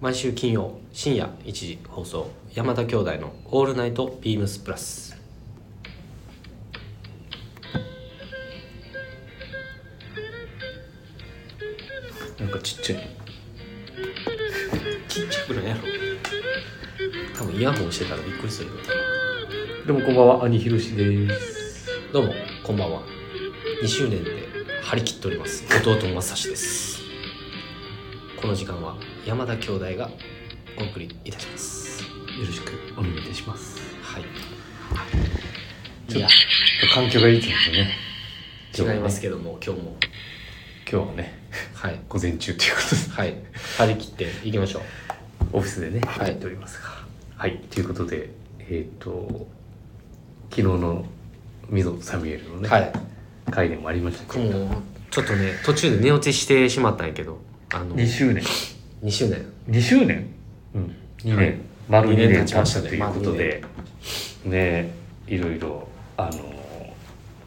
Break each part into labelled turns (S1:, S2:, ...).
S1: 毎週金曜深夜1時放送山田兄弟の「オールナイトビームスプラス」なんかちっちゃいちっちゃくないやろ多分イヤホンしてたらびっくりするよ
S2: どうもこんばんは兄ひろしです
S1: どうもこんばんは2周年で張り切っております弟の正志ですこの時間は山田兄弟がお送りいたします
S2: よろしくお願いいたします
S1: はいい
S2: ちょ
S1: や
S2: っと環境がいいですよね
S1: 違います
S2: ど
S1: けども今日も
S2: 今日はね
S1: はい
S2: 午前中ということで
S1: はい張り切っていきましょう
S2: オフィスでね
S1: はい
S2: 入っておりますがはいということでえっ、と昨日の溝サミュエルのね、
S1: はい
S2: 回でもありましたけど
S1: もうちょっとね途中で寝落ちしてしまったんやけどあの
S2: 2周年
S1: 2周年
S2: 2周年うん2年、
S1: はい
S2: 丸2
S1: 二年経
S2: 年
S1: ち
S2: 経
S1: ま
S2: っ
S1: した
S2: た
S1: ね
S2: ということでねいろいろあの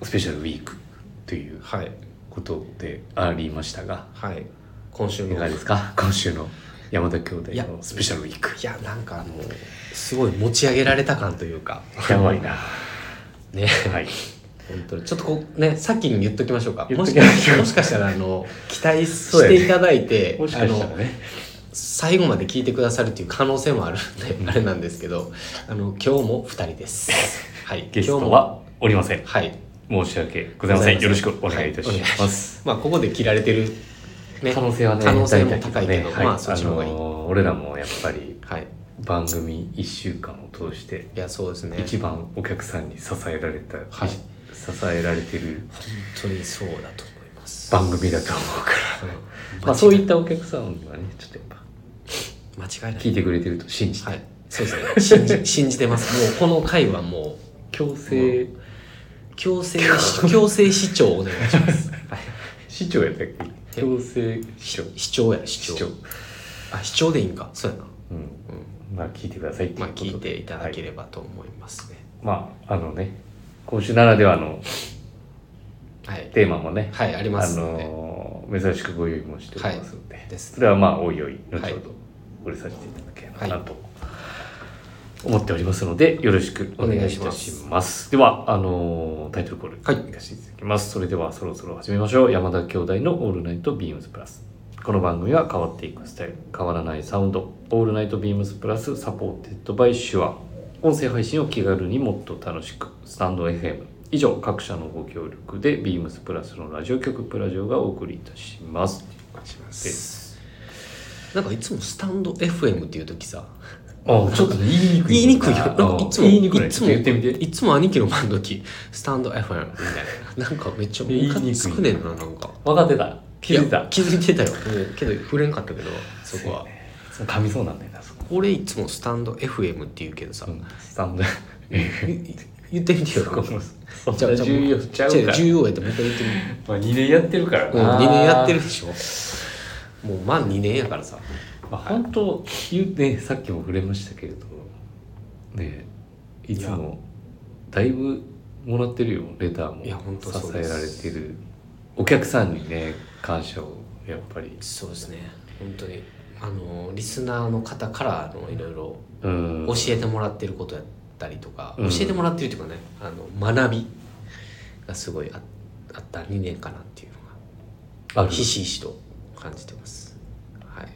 S2: スペシャルウィークという
S1: はい
S2: ことでありましたが
S1: はい今週
S2: い
S1: の
S2: かがですか今週の山田兄弟
S1: いや
S2: のスペシャルウィーク
S1: いやなんかあのすごい持ち上げられた感というか
S2: やばいな
S1: ね
S2: はい
S1: 本当にちょっとこうねさっきに言っときましょうか
S2: 言っ
S1: も
S2: と
S1: し
S2: き
S1: か
S2: ましょう
S1: もしかしたらあの期待
S2: そう
S1: し
S2: やね
S1: ていただいて、
S2: もし
S1: あ
S2: かしたら
S1: の
S2: ね
S1: 最後まで聞いてくださるっていう可能性もあるんであれなんですけどあの今日も2人です はい
S2: ゲス
S1: 今
S2: ト
S1: 日も
S2: はおりません
S1: はい
S2: 申し訳ございません
S1: ございません
S2: よろしくお願いいたし
S1: はいお願いし
S2: ま
S1: ますまあここで切られてる、ね、
S2: 可能性はね
S1: 可能性も
S2: 大
S1: 高
S2: 体
S1: いけど、
S2: はい
S1: まあそっちの方がいい、
S2: あの俺らもやっぱり
S1: はい
S2: 番組1週間を通して
S1: いやそうですね
S2: 一番お客さんに支えられた、
S1: はい
S2: 支えられてる
S1: 本当にそうだと思います
S2: 番組だと思うから、
S1: はい
S2: まあ、そういったお客さんにはねちょっとやっぱ
S1: 間違いない
S2: 聞いてくれてると信じて、
S1: はいそうですね信じ 信じてますもうこの回はもう
S2: 強制
S1: 強制し強制視聴お願いし ます。
S2: 市長やったっけ
S1: え
S2: 強制市長
S1: 視聴や視
S2: 市
S1: 聴。
S2: 長、
S1: あ視聴でいいんか。そうやな。
S2: うん、
S1: うん。
S2: まあ聞いてくださいっていう
S1: まあ
S2: ことで
S1: 聞いていただけ
S2: はい
S1: ればと思いますね。
S2: まああのね今週ならではの
S1: はい。
S2: テーマもね、
S1: はいありま
S2: あ
S1: すので。
S2: のー珍しくご用意もしておりますので、
S1: です
S2: それはまあおいおい後
S1: はい
S2: ほどおれさせていただければなと思っておりますのでよろしくお願いいたし
S1: お願
S2: ま
S1: い
S2: す
S1: し
S2: ではあのータイトルコール
S1: はい
S2: 行かせていただきます、それではそろそろ始めましょう山田兄弟の「オールナイトビームスプラス」この番組は変わっていくスタイル変わらないサウンド「オールナイトビームスプラス」サポーテッドバイシュア音声配信を気軽にもっと楽しくスタンド FM 以上各社のご協力でビームスプラスのラジオ局プラジオがお送りいたします
S1: お願いしま。
S2: です
S1: なんかいつもスタンド FM っていう時さ
S2: あちょっと言いにくい
S1: 言いにくいよなんかいつも
S2: 言いにくいね
S1: つ
S2: ちょ
S1: も
S2: っと言ってみて
S1: いつも兄貴の番時スタンド FM みたいなな んかめっちゃ
S2: 言いに
S1: ム
S2: くい
S1: カつくねんななんか
S2: 分かってた気づい
S1: や
S2: た
S1: 気づいてたよもうけど触れんかった けどそこは
S2: そう噛みそうなんだよなそこ、
S1: 俺いつもスタンド FM って言うけどさ
S2: うん、スタンド
S1: い言ってみてよ
S2: そこもそん
S1: じゃあ
S2: な
S1: じゃあ
S2: 重要ちゃう
S1: じゃ
S2: か
S1: あ
S2: ら
S1: 重要やともう一回言って
S2: まあ、2年やってるから
S1: みる、うん、
S2: な、
S1: 2年やってるでしょもう満2年やからさ
S2: まあ、本当言うねさっきも触れましたけれどねいつもだいぶもらってるよレターも
S1: いや本当
S2: 支
S1: そう
S2: え
S1: です
S2: られてるお客さんにね感謝をやっぱり
S1: そうですね本当にあのリスナーの方からあのいろいろ
S2: うん
S1: 教えてもらってることやったりとか、
S2: うん
S1: 教えてもらってるっていうかねあの学びがすごいああった2年かなっていう
S2: あ
S1: の
S2: る
S1: がひしひしと感じてますはい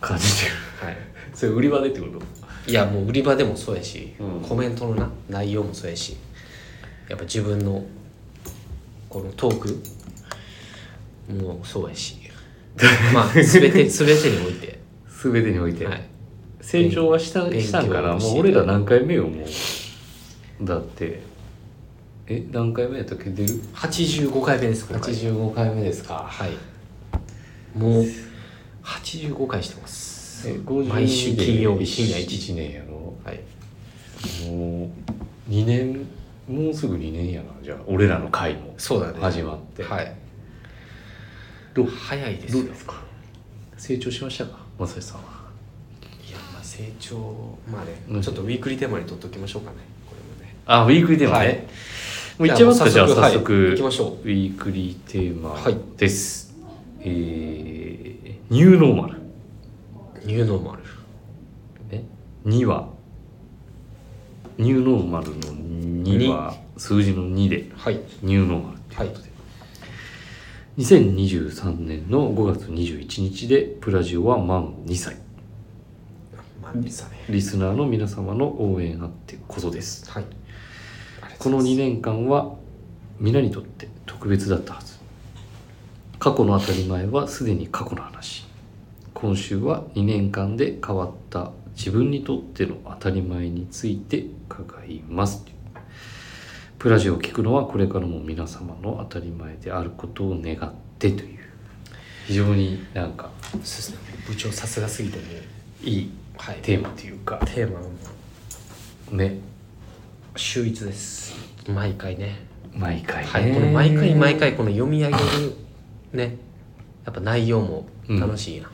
S2: 感じてる
S1: はい
S2: それ売り場でってこと
S1: いやもう売り場でもそうやし、
S2: うん
S1: コメントのな内容もそうやしやっぱ自分のこのトークもそうや しまあ全て全てにおいて、
S2: 全てにおいて、
S1: はい、
S2: 成長はした
S1: 勉
S2: したんかな
S1: 勉強も
S2: もう
S1: し
S2: 俺ら何回目よもうだってえ何回目やったっけ出る
S1: 85回目です今回
S2: 85回目ですか
S1: はいもう85回してます毎週金曜日深夜1時
S2: 1年やろ
S1: はい
S2: もう2年もうすぐ2年やなじゃあ俺らの会も
S1: そうだね
S2: 始まって、
S1: はい
S2: どう
S1: 早いです
S2: ど
S1: よ
S2: うですか成長しましたかまさしさんはい
S1: やまあ成長まあね、
S2: うん
S1: ちょっとウィークリーテーマにとっときましょうかねこれもね
S2: あウィークリーテーマね、
S1: はい
S2: もういっちゃいますかじ
S1: じ
S2: ゃ
S1: ゃ
S2: あ
S1: あも
S2: 早
S1: う早
S2: 速,、
S1: 速はい行きましょう
S2: ウィークリーテーマ
S1: はい
S2: です、えーニューノーマル
S1: ニューノーマル
S2: え2はニューノーマルの2は数字の2で
S1: はい
S2: ニューノーマルということで、2023年の5月21日でプラジオは満2歳
S1: マンリサね
S2: リスナーの皆様の応援あってこそです
S1: はい
S2: この2年間は皆にとって特別だったはず過去の当たり前はすでに過去の話今週は2年間で変わった自分にとっての当たり前について伺いますプラジオを聞くのはこれからも皆様の当たり前であることを願ってという非常になんか
S1: そうですね部長さすがすぎてもう
S2: いい
S1: はい
S2: テーマというか
S1: テーマはもう
S2: ね
S1: 秀逸です毎回ね
S2: 毎回ね、
S1: はいこの毎回毎回この読み上げるねやっぱ内容も楽しいな、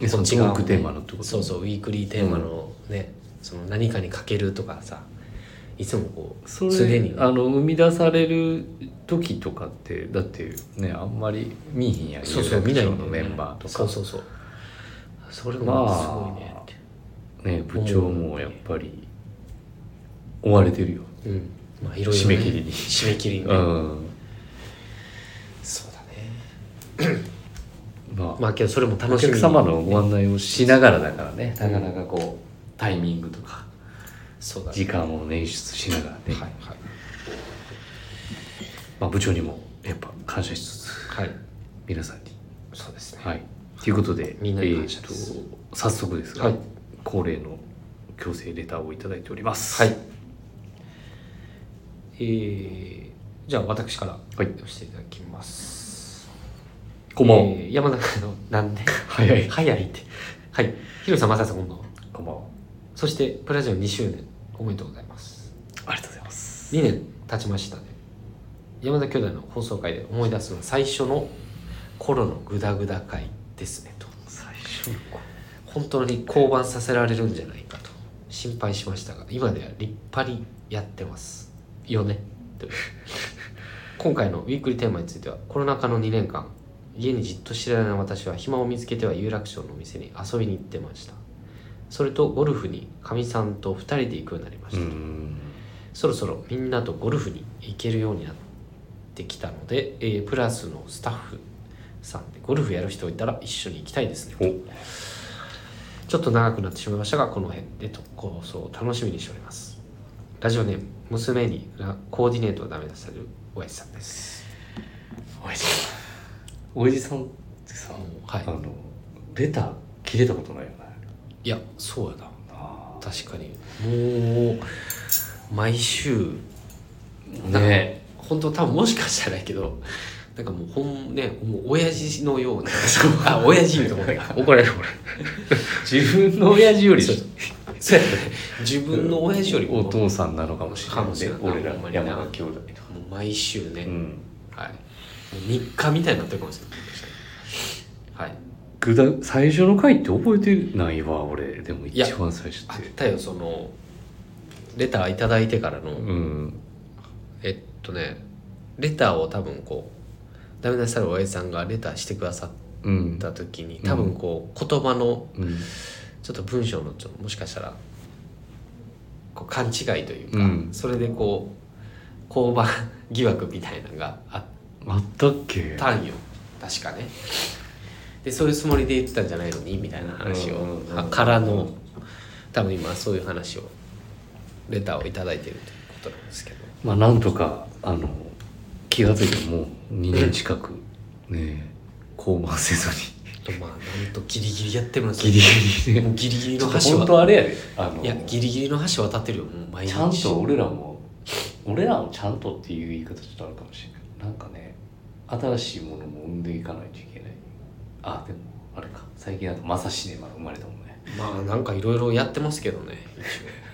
S2: えそ
S1: こ
S2: の
S1: っち
S2: ト
S1: が
S2: ークテーマのってこと
S1: そうそうウィークリーテーマのね、その何かにかけるとかさいつもこう
S2: それ
S1: 常にね
S2: あの生み出される時とかってだってねあんまり見ひんやん
S1: そうそう見
S2: 有
S1: ない
S2: 楽
S1: ん
S2: 町
S1: だ
S2: の
S1: よ
S2: メ
S1: ね
S2: ンバーとか
S1: そうそうそうそれ
S2: ま
S1: も
S2: あ
S1: すごいねって、
S2: ね部長もやっぱり追われてるよ、
S1: うんまあいろいろ、ね、
S2: 締め切りに
S1: 締め切りに
S2: う
S1: ね、
S2: ん
S1: そうだね
S2: まあ、
S1: まあけどそれも楽
S2: お
S1: しみ
S2: 客
S1: に
S2: 様のご案内をしながらだからねなかなかこうタイミングとか
S1: そうだね
S2: 時間を捻出しながらね、
S1: はいはい
S2: まあ、部長にもやっぱ感謝しつつ
S1: はい
S2: 皆さんに
S1: そうですね
S2: はいということで
S1: みんなに感謝です
S2: えーと早速ですが、
S1: はい
S2: 恒例の強制レターをいただいております
S1: はいえー、じゃあ私から
S2: はい
S1: 押していただきます
S2: こんばんは
S1: えー山田君のなんで
S2: 早い
S1: 早いってはいヒロさんまささんこんばんは
S2: こんばんは
S1: そしてプラジオ2周年おめでとうございます
S2: ありがとうございます
S1: 2年経ちましたね山田兄弟の放送回で思い出すのは最初の頃のグダグダ回ですねと
S2: 最初の
S1: 本当に降板させられるんじゃないかと心配しましたが今では立派にやってますよねという今回のウィークリーテーマについてはコロナ禍の2年間家にじっと知らない私は暇を見つけては有楽町のお店に遊びに行ってましたそれとゴルフにかみさんと2人で行くようになりまし
S2: う
S1: た、
S2: ん
S1: そろそろみんなとゴルフに行けるようになってきたので、えープラスのスタッフさんでゴルフやる人いたら一緒に行きたいですね
S2: お
S1: ちょっと長くなってしまいましたがこの辺でと放送を楽しみにしておりますラジオネーム娘にラコーディネートをダメ出されるおやじさんです
S2: おやじさんおやじさんってさ、
S1: はい
S2: あのレター切れたことないよね
S1: いやそうやな
S2: あ
S1: 確かにもう毎週
S2: あね
S1: ね本当多分もしかしたらやけどなんかもうほんねもう親父のようなあ親父言うと思った怒られるこれ
S2: 自分の親父より
S1: そうそうやね自分の親父よりも
S2: お父さんなのかもしれない,、
S1: かもしれない
S2: 俺ら
S1: ほんまにな
S2: 山田兄弟とか
S1: もう毎週ね、
S2: うん
S1: はいもう日課みたいになってるかもしれないはい
S2: ぐだ最初の回って覚えてないわ俺でも
S1: いや
S2: 一番最初
S1: あっ
S2: って
S1: たよそのレターいただいてからの、
S2: うん
S1: えっとねレターを多分こうダメ出しされる親父さんがレターしてくださっ
S2: うん
S1: た時に多分こう言葉の
S2: うん
S1: ちょっと文章のちょっともしかしたらこう勘違いというか、
S2: うん
S1: それでこう交番疑惑みたいなのがあっ
S2: あったっけ
S1: たんよ確かねでそういうつもりで言ってたんじゃないのにみたいな話を、
S2: うんうんうん
S1: あからの多分今そういう話をレターを頂いただいてるということなんですけど
S2: まあなんとかあの気が付いてもう2年近くねこう回せずに
S1: ちょっとまあなんとギリギリやってるんです
S2: ギリギリ
S1: も
S2: ね
S1: うギリギリ
S2: ち
S1: の
S2: ょっと
S1: 橋
S2: 本
S1: は
S2: 当あれやであの
S1: いやギリギリの橋渡ってるよもう毎日
S2: ちゃんと俺らも俺らもちゃんとっていう言い方ちょっとあるかもしれないけどなんかね新しいものも生んでいかないといけないあでもあれか最近だとマサシネマが生まれたもんね
S1: まあなんかいろいろやってますけどね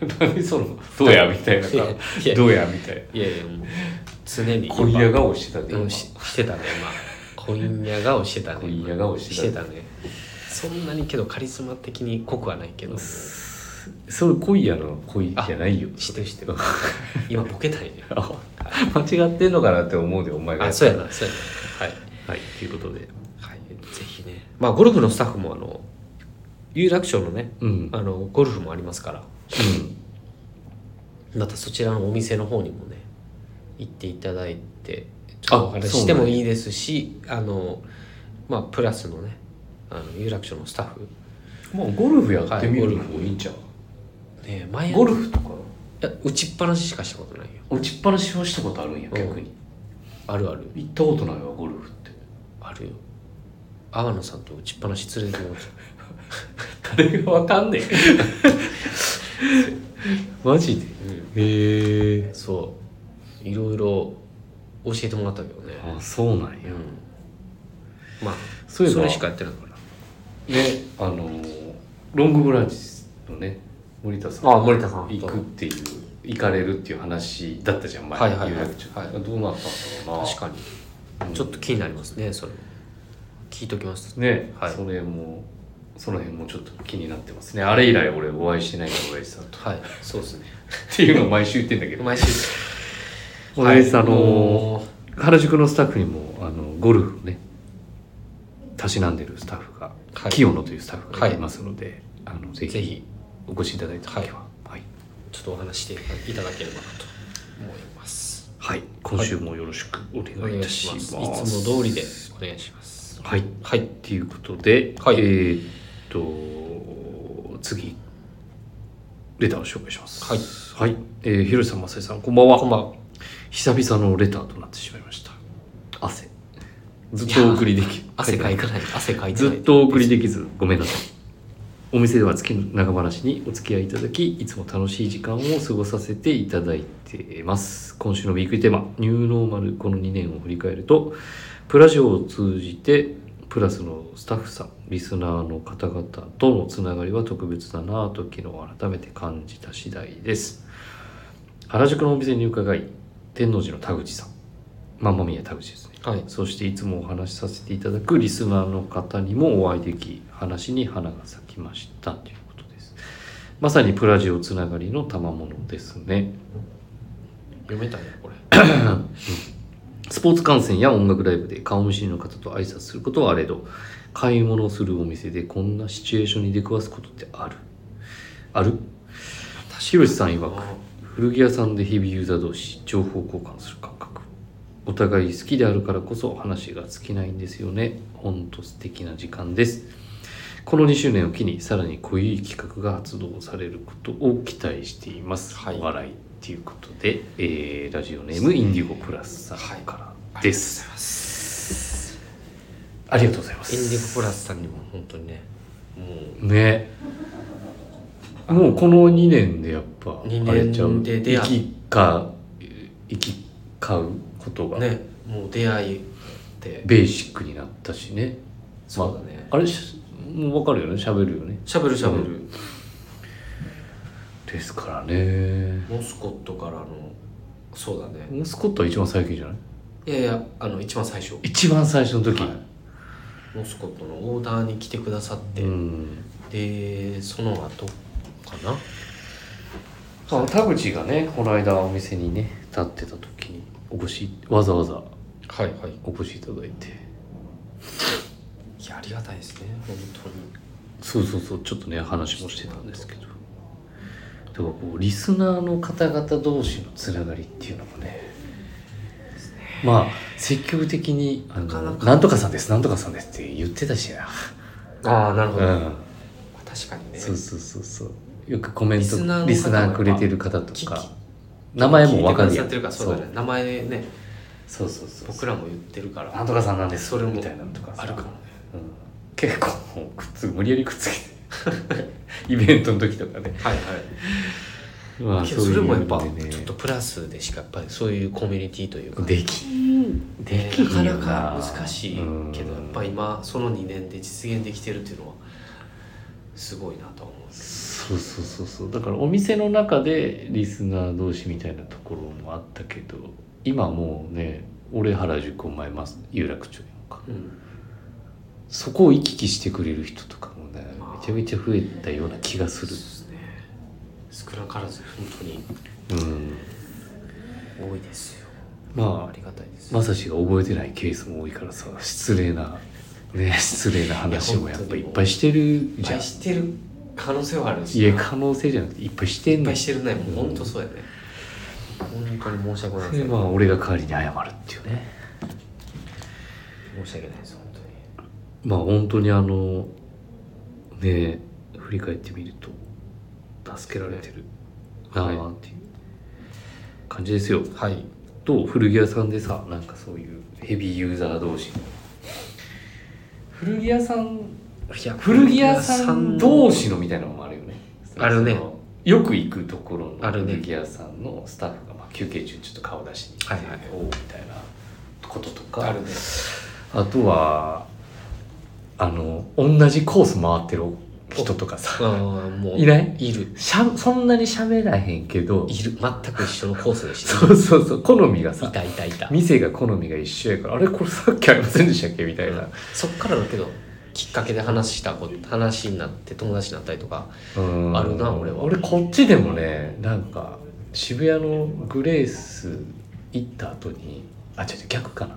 S1: 一応
S2: 何そのどうやみたいなさ
S1: いやいや
S2: どうやみたいない
S1: やいやもう常に
S2: 今夜顔してたで
S1: うんししてたねまあ今夜顔してたね
S2: 今夜顔してた
S1: してたねそんなにけどカリスマ的に濃くはないけど
S2: それ恋やの恋じゃないよ
S1: してるしてる今ボケたん や
S2: あ 間違ってんのかなって思うでお前が
S1: あそうやなそうやなはい、
S2: はいということで
S1: はい、ぜひねまあゴルフのスタッフもあの有楽町のね
S2: うん
S1: あのゴルフもありますからまたそちらのお店の方にもね行っていただいてちょっとお話ししてもいいですしあのまあプラスのねあの有楽町のスタッフ
S2: まあゴルフやってみるのもいいんちゃう、
S1: ね前
S2: ゴルフとか
S1: いや打ちっぱなししかしたことないよ
S2: 打ちっぱなしはしたことあるんや
S1: うん
S2: 逆に
S1: あるある
S2: 行ったことないわゴルフって
S1: あるよ阿野さんと打ちっぱなし連れてきました
S2: 誰がわか んねえマジでへえ
S1: そういろいろ教えてもらったけどね
S2: あそうなんや
S1: うんまあ
S2: そ
S1: そう
S2: いえば
S1: れしかやってないから
S2: ねあのーロングブランチのね森田さん
S1: あ森田さん
S2: 行くっていう行かれるっていう話だったじゃん前
S1: はいはいはい
S2: 有楽町
S1: はい
S2: どうなったんだろうな
S1: 確かに、ちょっと気になりますねそれも聞いときます
S2: ね、
S1: はい
S2: それもその辺もちょっと気になってますねあれ以来俺お会いしてないから親父さんと
S1: はいそうですね
S2: っていうのを毎週言ってんだ けど
S1: 毎週
S2: 親父さんあ
S1: はい
S2: のー
S1: も
S2: 原宿のスタッフにもあのゴルフをねたしなんでるスタッフが、
S1: はい
S2: 清野というスタッフがいますので、あのぜ
S1: ぜ
S2: ひ
S1: ひ
S2: お越しいただいた時ははい、
S1: うちょっとお話していただければなと思います
S2: はい、今週もよろしくお
S1: お
S2: 願い
S1: 願
S2: い
S1: い
S2: たし
S1: し
S2: ま。
S1: ますすいつも通りでお願いします
S2: はい。
S1: はい
S2: ということで、
S1: はい
S2: えーっと、次、レターを紹介します。
S1: はい。
S2: はい。えー、ひろしさん、まささん、こんばんは。
S1: こんばんは
S2: 久々のレターとなってしまいました。汗。ずっとお送りでき、
S1: 汗かいてない汗かいて
S2: ず
S1: ない
S2: っとお送りできず、ごめんなさい。お店では月の長話にお付き合いいただき、いつも楽しい時間を過ごさせていただいています。今週のウィークリーテーマ、ニューノーマルこの2年を振り返ると、プラジオを通じて、プラスのスタッフさん、リスナーの方々とのつながりは特別だなぁと昨日改めて感じた次第です。原宿のお店に伺い、天王寺の田口さん、マンマミヤ田口ですね。
S1: はい
S2: そしていつもお話しさせていただくリスナーの方にもお会いでき話に花が咲きましたということですまさにプラジオつながりの賜物ですね
S1: 読めたねこれ
S2: スポーツ観戦や音楽ライブで顔見知りの方と挨拶することはあれど買い物をするお店でこんなシチュエーションに出くわすことってあるあるひろしさん曰く古着屋さんで日々ユーザー同士情報交換する感覚お互い好きであるからこそ話が尽きないんですよねほんと素敵な時間ですこの2周年を機にさらに濃い企画が発動されることを期待しています、
S1: はい
S2: お笑いということで、えーラジオネームインディゴプラスさんからです、ありがとうございま
S1: エンディン
S2: す
S1: グプラスさんにも本当にねも
S2: ねもうこの2年でやっぱ
S1: 二
S2: あれちゃう
S1: 年で出会
S2: 生
S1: う
S2: きか生き交うことが
S1: うねもう出会いって
S2: ベーシックになったしね
S1: そうだね
S2: あれしもう分かるよね喋るよね
S1: しゃべるしゃべる、
S2: ですからね
S1: モスコットからのそうだね
S2: スコットは一番最近じゃない
S1: いやいやあの一番最初
S2: 一番最初の時、
S1: はいモスコットのオーダーに来てくださって、
S2: うん
S1: でその後かな
S2: あ田口がねこの間お店にね立ってた時にお越しわざわざ
S1: はいはい
S2: お越しいただいて
S1: いやありがたいですね本当に
S2: そうそうそうちょっとね話もしてたんですけどだからこうリスナーの方々同士のつながりっていうのもねまあ積極的に「あの
S1: なかなか
S2: なんとかさんですなんとかさんです」って言ってたしな、
S1: ああなるほ
S2: う
S1: ど、
S2: ん、
S1: 確かにね
S2: そうそうそうそうよくコメン
S1: リ
S2: ト
S1: スナーの方も
S2: リスナーくれてる方と
S1: 聞
S2: か
S1: き
S2: 名前もわかるや
S1: 聞いてくださっ
S2: ん
S1: てるからそうだね名前ね
S2: そうそうそう
S1: 僕らも言ってるから
S2: なんとかさんなんです
S1: それも
S2: みたいなのとかさ
S1: あるかもね
S2: うん、結構もうくっつ無理やりくっつけて イベントの時とかね
S1: はいはい
S2: ま
S1: けどそれもやっぱ
S2: そういう意味でね
S1: ちょっとプラスでしかやっぱりそういうコミュニティというか
S2: できん
S1: ね
S2: んよ
S1: なかなか難しいけど
S2: う
S1: や
S2: ん
S1: っぱ今その2年で実現できてるっていうのはすごいなと思う
S2: そうそうそうそうだからお店の中でリスナー同士みたいなところもあったけど今もうね俺原宿お前ます有楽町やんか
S1: うん、
S2: そこを行き来してくれる人とかもね
S1: まあ
S2: めちゃめちゃ増えたような気がす
S1: そうで
S2: る
S1: すね少なからず本当に
S2: うん
S1: 多いですよ
S2: まあ
S1: ありがたいです
S2: まさしが覚えてないケースも多いからさ失礼なね失礼な話も
S1: いや
S2: やっ
S1: 本
S2: ぱ
S1: 当
S2: い
S1: に
S2: っぱいしてる
S1: いっ
S2: じ
S1: ぱ
S2: ゃん
S1: いしてる可能性はあるし
S2: いや可能性じゃなくていっぱいして
S1: い
S2: ん
S1: っぱ
S2: ねん
S1: いしてるねもう本当そうやね本当に申し訳ない
S2: でまあ俺が代わりに謝るっていうね
S1: 申し訳ないです本当に
S2: まあ本当にあのねえ振り返ってみると助けられてるな
S1: はい
S2: あっていう感じですよ
S1: はい
S2: と古着屋さんでさなんかそういうヘビーユーザー同士の古着屋さん
S1: いや
S2: 古着屋さん同士のみたいなのもあるよね
S1: あるね
S2: そのよく行くところの
S1: あるね
S2: 古着屋さんのスタッフがまあ休憩中ちょっと顔出しに来て、
S1: はいはい
S2: おうみたいなこととか
S1: あるね
S2: あとはあの同じコース回ってる人とか
S1: あ
S2: さ
S1: ーもう
S2: いない
S1: いる
S2: しゃそんなに喋らへんけど
S1: いる全く一緒のコースでし
S2: そうそうそう好みが
S1: たい
S2: さ
S1: たいたいた
S2: 店が好みが一緒やからあれこれさっきありませんでしたっけみたいな、
S1: そっからだけどきっかけで話したこ話になって友達になったりとか
S2: うん
S1: あるな俺は
S2: 俺こっちでもねなんか渋谷のグレース行った後にあ違う違う逆かな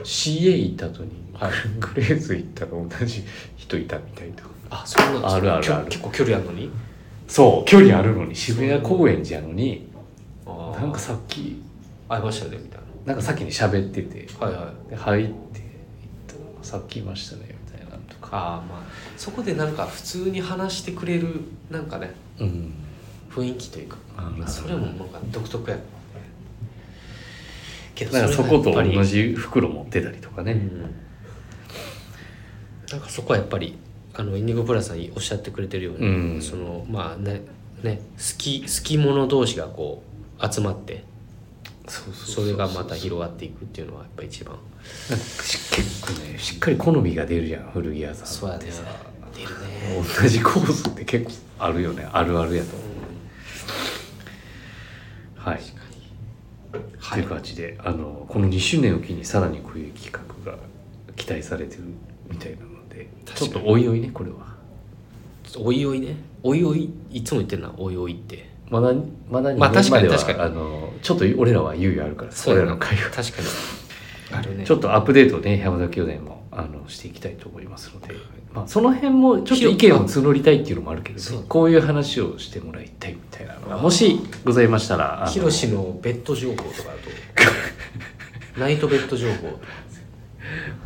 S2: CA 行った後に、
S1: はい
S2: グレース行ったら同じ人いたみたいな
S1: あそんな
S2: あるある
S1: きょ
S2: ある
S1: 結構距離あるのに
S2: そう距離あるのに渋谷公園じゃのに
S1: あ
S2: なんかさっき
S1: 会いましたねみたい
S2: なんかさっきに喋ってて
S1: なはいはい
S2: で入って行ったらさっきいましたねみたいなのとか
S1: あーまあそこでなんか普通に話してくれるなんかね
S2: うん
S1: 雰囲気というか
S2: ある
S1: それもなんか独特やけ
S2: なんかそこと
S1: れがやっぱり
S2: 同じ袋持ってたりとかね、
S1: なんかそこはやっぱりあのインディゴプラさんおっしゃってくれてるように、
S2: うん
S1: そのまあねね好き好き者同士がこう集まって
S2: そうそう
S1: それがまた広がっていくっていうのはやっぱ一番
S2: なんかし結構ねしっかり好みが出るじゃん古着屋さん
S1: そうやね
S2: でさ
S1: 出るね、
S2: 同じコースって結構あるよねあるあるやと思うはい
S1: はい
S2: という感じであのこの2周年を機にさらにこういう企画が期待されてるみたいなので
S1: 確
S2: ち
S1: か
S2: ょっ
S1: に
S2: とおいおいねこれは
S1: おいおいねおいおいいつも言ってるなおいおいって
S2: まだまだ
S1: まあ
S2: 2年までは、
S1: 確かに確か
S2: あのちょっと俺らは猶予あるから
S1: そうや
S2: 俺
S1: な
S2: らの会話
S1: 確かにあるね
S2: ちょっとアップデートをね山崎兄弟もあのしていきたいと思いますので、まあ、その辺もちょっと意見を募りたいっていうのもあるけど、
S1: そ
S2: ね
S1: う、
S2: こういう話をしてもらいたいみたいなのがもしございましたらあの
S1: ヒロシのベッド情報 とかだとナイトベッド情報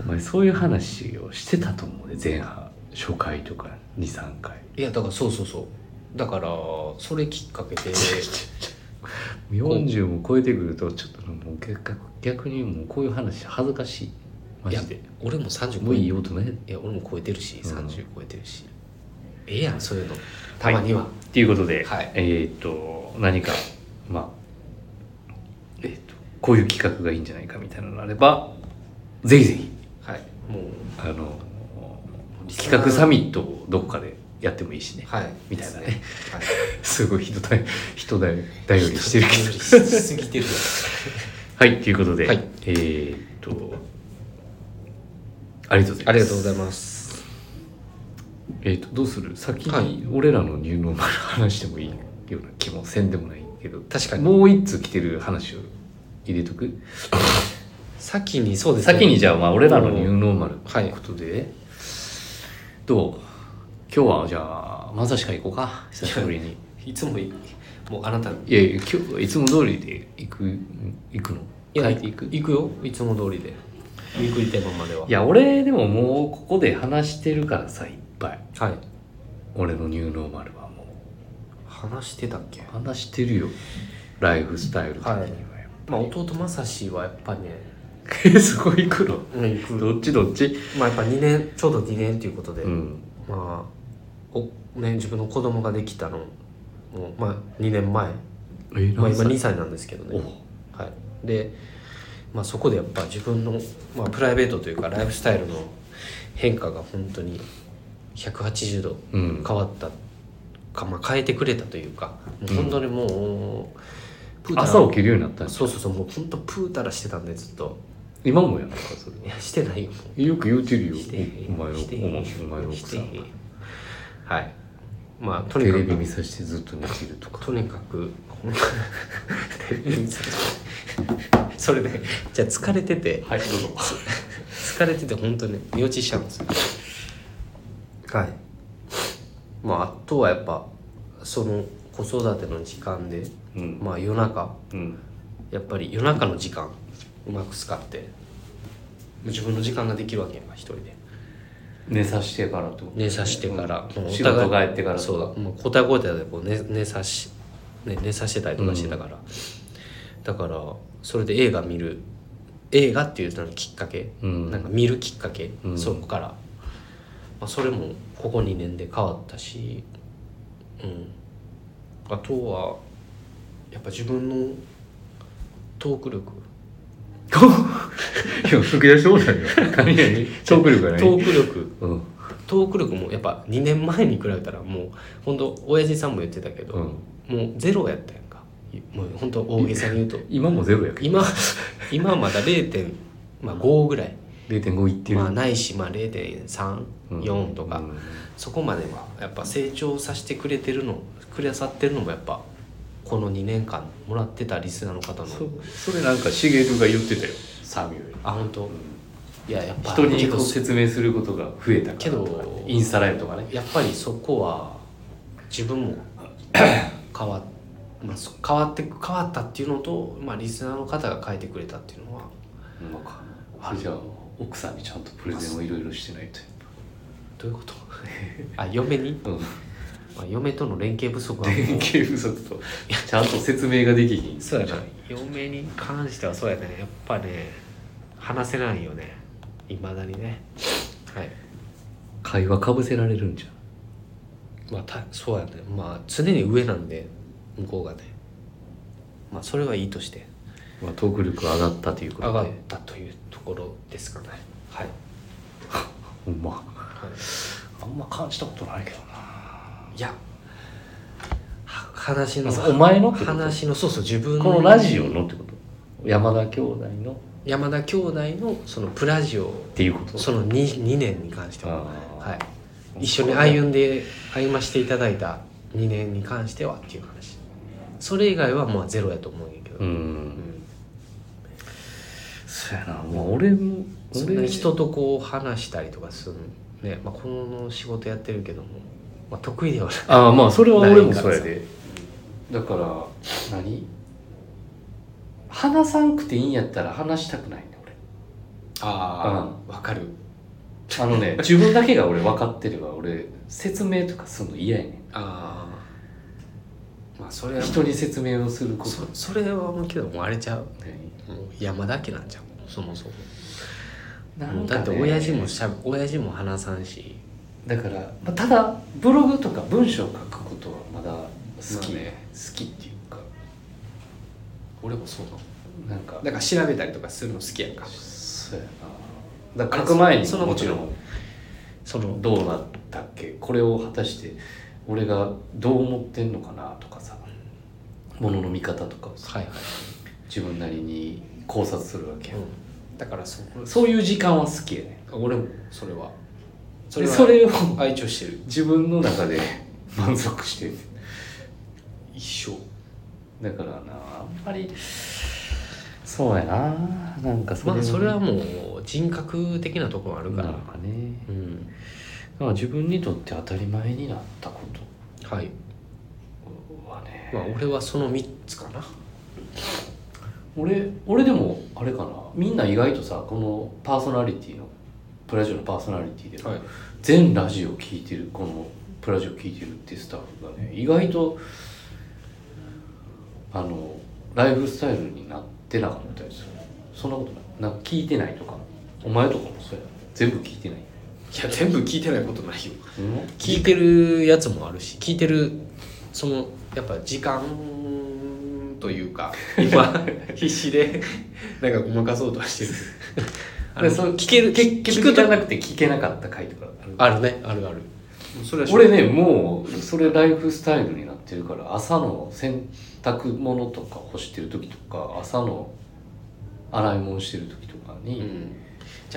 S2: お前そういう話をしてたと思うね前半初回とか23回
S1: いやだからそうそうそうだからそれきっかけで
S2: 40も超えてくるとちょっともう逆逆にもうこういう話恥ずかしいマ
S1: いや
S2: ジで
S1: 俺も30
S2: も
S1: 超
S2: う
S1: え
S2: いい大人ね
S1: いや俺も超えてるし
S2: うん
S1: 30超えてるし、ええやんそういうのたまには、
S2: ということで、
S1: はい
S2: えーっと何かまあえーっとこういう企画がいいんじゃないかみたいなのがあればぜひぜひ
S1: はいもう
S2: あの企画サミットをどこかでやってもいいしね、
S1: はい
S2: みたいなね
S1: はい
S2: すごい人だ人だ頼りしてるけ
S1: 頼
S2: ど
S1: りしすぎてるよ
S2: はいということで、
S1: はい
S2: えーっとありがとうござい
S1: あ
S2: ます
S1: りがとうございます
S2: えーっとどうする先
S1: はい
S2: に俺らのニューノーマル話してもいいような気もせんでもないけど
S1: 確かに
S2: もう一通来てる話を入れとく
S1: 先にそうですね
S2: 先にじゃあまあ俺らのニューノーマルということで、どう今日はじゃあまさしか行こうか久しぶりに
S1: いつもいもうあなたの
S2: いやいや今日いつも通りで行く行くの
S1: いや
S2: 変えていくい
S1: 行くよいつも通りでウィークリーテーマまでは
S2: や俺でももうここで話してるからさいっぱい
S1: はい
S2: 俺のニューノーマルはも
S1: 話してたっけ
S2: う話してるよライフスタイル的にはよ、
S1: まあ弟正志はやっぱね
S2: え すごい行くの
S1: うん行く
S2: どっちどっち
S1: まあやっぱ2年ちょうど2年ということで、
S2: うん
S1: まあお、ね、自分の子供ができたのもう、まあ、2年前、ま
S2: え
S1: あ、
S2: 何
S1: 今
S2: 歳
S1: 2歳なんですけど
S2: お
S1: ね、はい、で、まあ、そこでやっぱ自分の、まあ、プライベートというかライフスタイルの変化が本当に180度
S2: うん
S1: 変わったか、まあ、変えてくれたというかもう本当にもう、プータラ
S2: 朝起きるようになったん
S1: そうそうそうもう本当プータラしてたんでずっと
S2: 今もやんかそれ
S1: いやしてないよもう
S2: よく言うてるよ
S1: してへん
S2: お前の
S1: してへん
S2: お前お前の奥
S1: して
S2: さ
S1: へ
S2: んが
S1: んはいまあと
S2: テ
S1: にか
S2: レビ
S1: く
S2: 見させてずっと寝てるとか
S1: とにかく テレビ見させてそれでじゃあ疲れてて
S2: はいどうぞ
S1: 疲れてて本当に寝落ちしちゃうんですよはいまああとはやっぱその子育ての時間で
S2: うん
S1: まあ夜中
S2: うん
S1: やっぱり夜中の時間うまく使って自分の時間ができるわけやんか一人で
S2: 寝さしてからってこと
S1: 寝さしてから、
S2: うん
S1: もうお互い
S2: 仕事帰ってから
S1: そう
S2: と
S1: だ
S2: か
S1: もう交代交代でこう寝寝さし、ね、寝さしてたりとかしてたから、だからそれで映画見る映画っていうののきっかけ、
S2: うん
S1: なんか見るきっかけ、
S2: うん
S1: そこから、まあ、それもここ2年で変わったし、うん、あとはやっぱ自分のトーク力
S2: いや吹き出してもらよ何何トーク力が
S1: ト
S2: ね
S1: ーク力
S2: うん
S1: トーク力もやっぱ2年前に比べたらもう本当親父さんも言ってたけど、
S2: うん
S1: もうゼロやったやんかもう本当大げさに言うと
S2: 今もゼロやけど
S1: 今今まだ0.5ぐらい、
S2: 0.5いってる
S1: まあ、ないし、まあ、0.34、
S2: うん
S1: 4とか、
S2: うん
S1: そこまではやっぱ成長させてくれてるのくださってるのもやっぱこの2年間もらってたリスナーの方の
S2: そそれなんかしげるが言ってたよサミュエル
S1: あ本当いややっぱ
S2: 人に
S1: けど
S2: こう説明することが増えたから
S1: けど
S2: とかねインスタライブとかね
S1: やっぱりそこは自分 も変わ,、まあ、そ変わって変わったっていうのと、まあ、リスナーの方が変えてくれたっていうのは
S2: なんかあれじゃあ奥さんにちゃんとプレゼンをいろいろしてないと
S1: どういうことあ嫁に、
S2: うん
S1: まあ、嫁との連携不足はもう
S2: 連携不足とちゃんと説明ができひん
S1: そうやな嫁に関してはそうやねやっぱね話せないよねいまだにねはい
S2: 会話かぶせられるんじゃん
S1: まあたそうやねまあ常に上なんで向こうがねまあそれはいいとして
S2: まあ、トーク力上がったというこ
S1: 上
S2: と
S1: がっ
S2: で
S1: たというところですかねはい
S2: ほんまあんま感じたことないけど
S1: いやは話の
S2: なお前のってこと
S1: 話のそうそう自分
S2: このラジオのってこと山田兄弟のっ
S1: 山田兄弟のそのプラジオ
S2: ていうこと
S1: その 2, 2年に関しては、
S2: あー
S1: はい、一緒に歩んで歩ましていただいた2年に関してはっていう話それ以外はまあゼロやと思うんやけど、
S2: うんそうやなまあ俺も俺
S1: そんなに人とこう話したりとかするね、まあ、この仕事やってるけども、まあ、得意ではない
S2: ああまあそれは俺も
S1: ないか
S2: そう
S1: ら
S2: や
S1: さ
S2: でだから何話さんくていいんやったら話したくないね
S1: ああわかる
S2: 俺あ のね自分だけが俺分かってれば俺説明とかするの嫌やね
S1: ああまあそれ
S2: ん
S1: は
S2: 人に説明をすること
S1: そそれはもうけどもうあれちゃう
S2: 何
S1: もう山だけなんちゃうそもそも、
S2: なんか
S1: だ
S2: ね
S1: って親父もしゃべ親父も話さんし
S2: だから、まあ、ただブログとか文章を書くことはまだ好き、
S1: まあね
S2: 好きっていうか
S1: 俺もそうなの
S2: なんか
S1: だから調べたりとかするの好きやんか
S2: そうやなだから書く前に
S1: そその
S2: もちろん
S1: その
S2: どうなったっけこれを果たして俺がどう思ってんのかなとかさものの見方とかをさ
S1: はいはい、
S2: 自分なりに考察するわけよ、
S1: うん、だからそこ
S2: そういう時間は好きやね
S1: 俺もそれは
S2: それそれを
S1: 愛聴してる
S2: 自分の中で満足してる
S1: 一生
S2: だからなあんまりそうやななんかそれ,、
S1: まあそれはもう人格的なところあるか
S2: な
S1: ら
S2: んかね
S1: うん
S2: まあ自分にとって当たり前になったこ
S1: はい
S2: とはね、
S1: まあ俺はその3つかな
S2: 俺俺でもあれかなみんな意外とさこのパーソナリティのプラジオのパーソナリティでも、
S1: はい
S2: 全ラジオ聞いてるこのプラジオ聞いてるってスタッフがね意外とあのライフスタイルになってなかったりするそんなことないなんか聞いてないとかお前とかもそうや全部聞いてない、
S1: いや全部聞いてないことないよ
S2: うん、
S1: 聞いてるやつもあるし聞いてるそのやっぱ時間という か今必死でなんかごまかそうとはしてる あの
S2: でそう
S1: 聞ける
S2: 結
S1: 聞
S2: 局
S1: く
S2: 聞か
S1: と
S2: なくて聞けなかった回とかある
S1: あるねあるあるそれ
S2: 俺ねもうそれライフスタイルになってるから朝の洗濯物とか干してる時とか朝の洗い物してる時とか
S1: う
S2: に、
S1: ん、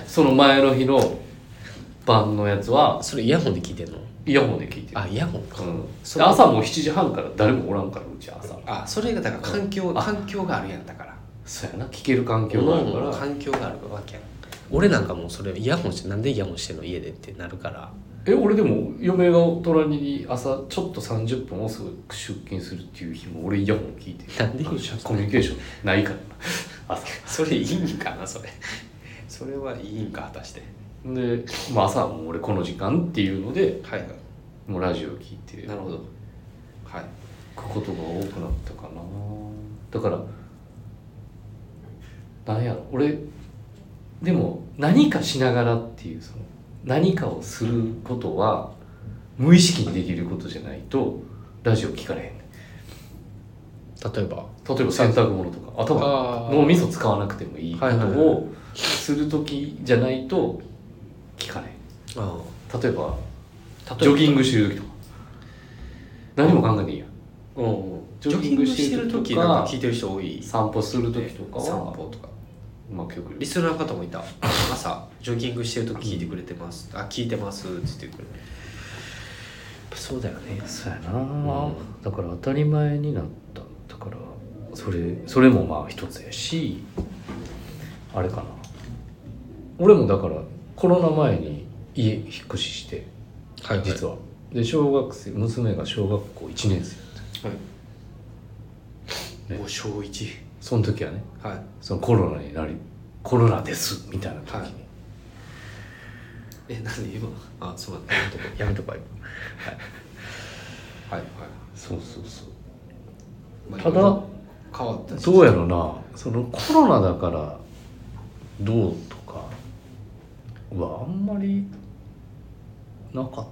S2: その前の日の版のやつは
S1: それイヤホンで聞いてんの
S2: イヤホンで聞いてる
S1: あイヤホンか、
S2: うん、
S1: そ
S2: で
S1: れ
S2: 朝もう7時半から誰もおらんからうち朝
S1: あそれがだから環境、
S2: んあ
S1: 環境があるやんだから
S2: そうやな聞ける環境があるから、
S1: うん環境があるわけやん俺なんかもうそれイヤホンしてなんでイヤホンしてんの家でってなるから
S2: え俺でも嫁が隣に朝ちょっと30分遅く出勤するっていう日も俺イヤホン聞いてる
S1: なんで
S2: あのコミュニケーションないからな朝
S1: それいいんかなそれ それはいいんか果たして
S2: で、まあ、朝はもう俺この時間っていうので
S1: はいは
S2: もうラジオ聞いて
S1: い
S2: 聞
S1: るほどはい
S2: くことが多くなったかなだからなんやろ俺でも何かしながらっていうその何かをすることは無意識にできることじゃないとラジオ聞かれへん
S1: 例えば
S2: 例えば洗濯物とか頭
S1: あ
S2: 脳みそ使わなくてもいいこと
S1: はいはいはい
S2: をする時じゃないと聞かれへ
S1: あ
S2: ん例えば
S1: あ
S2: ジョギン
S1: グ
S2: グしてる時とか何も考えていいやん
S1: うん
S2: ジ
S1: ジ
S2: ョ
S1: ョ
S2: ギ
S1: ギン
S2: ング
S1: グ
S2: し
S1: してて
S2: る
S1: る
S2: 時
S1: 時
S2: とか
S1: なんか聞いてる人多い
S2: 散歩する時とか
S1: 散
S2: は、
S1: 歩とか
S2: まあ、極力
S1: リスナーの方もいた朝ジョギングしてる時聞いてくれてますあ聞いてますって言ってくれるやっぱそうだよね
S2: そうやな、
S1: ん
S2: だから当たり前になっただからそれそれもまあ一つやしあれかな俺もだからコロナ前に家引っ越しして
S1: は
S2: 実は、で小学生娘が小学校1年生だったね
S1: もう小一
S2: その時はね
S1: はい
S2: そのコロナになりコロナですみたいな時に、
S1: はいえなんで今あそうだやめと こやめとこ今はいはい
S2: そうそうそう
S1: はい
S2: た
S1: まあ
S2: だ
S1: 変わったし
S2: どうやろなそのコロナだからどうとかはあんまりなかっ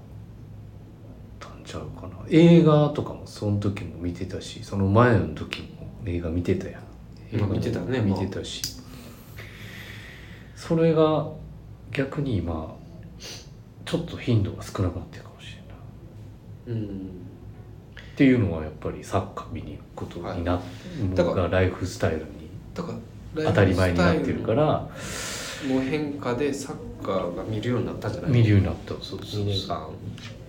S2: たんちゃうかな映画とかもその時も見てたしその前の時も映画見てたやん映画
S1: うん見てたね
S2: 見てたし、それが逆に今ちょっと頻度が少なくなってるかもしれない
S1: うん
S2: っていうのはやっぱりサッカー見に行くことになっ、
S1: だから
S2: がライフスタイルに
S1: だから
S2: 当たり前になってるから
S1: の変化でサッカーが見るようになったんじゃない
S2: 見るようになったそうそう
S1: 2
S2: そう
S1: 年間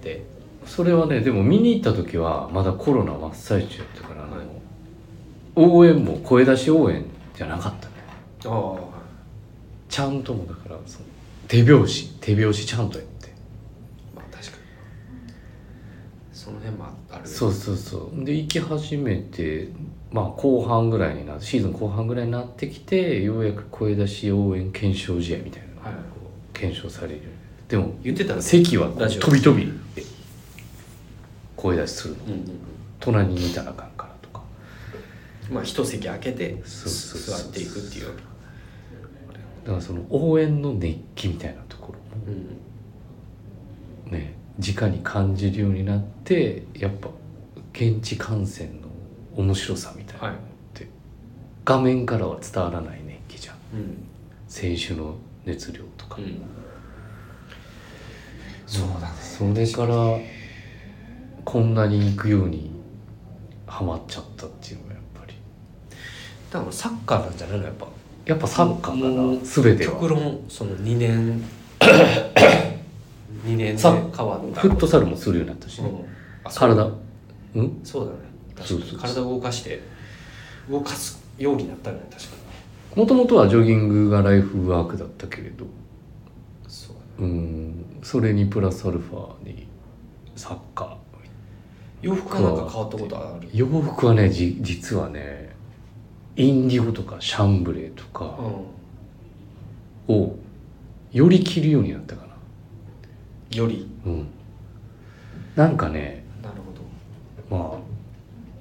S1: で
S2: それはねでも見に行った時はまだコロナ真っ最中だったから、
S1: はい
S2: あの応援も声出し応援じゃなかったね
S1: ああは
S2: ちゃんともだからその手拍子手拍子ちゃんとやって
S1: いまあ確かにその辺もあるよね
S2: そうそうそうで行き始めてまあ後半ぐらいになシーズン後半ぐらいになってきてようやく声出し応援検証試合みたいなのが
S1: はい
S2: こう検証されるようにでも
S1: 言ってたら
S2: 席は
S1: ラジオ
S2: 飛び飛び声出しするの
S1: うんうん
S2: 隣にいたらあかんからとか
S1: うんまあ一席空けて
S2: そうそうそう
S1: 座っていくっていう
S2: だからその応援の熱気みたいなところも
S1: うん
S2: ね直に感じるようになってやっぱ現地観戦の面白さみたいなのって、画面からは伝わらない熱気じゃん
S1: うん
S2: 選手の熱量とか、
S1: うんそうだね
S2: それからこんなに行くようにハマっちゃったっていうのがやっぱり
S1: だからサッカーなんじゃないのやっぱ
S2: やっぱサッカ
S1: も
S2: ー
S1: う
S2: かな全て
S1: 極
S2: は
S1: 論その2年 2年で
S2: サ
S1: 変
S2: ッ
S1: わった
S2: フットサルもするようになったし、
S1: う
S2: ね
S1: んあそう
S2: 体うん
S1: そうだね確か
S2: そう
S1: に
S2: そうそう
S1: 体を動かして動かすようになったね確か
S2: もともとはジョギングがライフワークだったけれ
S1: に
S2: ど
S1: そうだね
S2: うんそれにプラスアルファにサッカ
S1: 洋服がなんか変わったことある
S2: ー洋服はねじ実はねインディゴとかシャンブレーとか、
S1: うん
S2: をより着るようになったかな
S1: より
S2: うんなんかね
S1: なるほど
S2: ま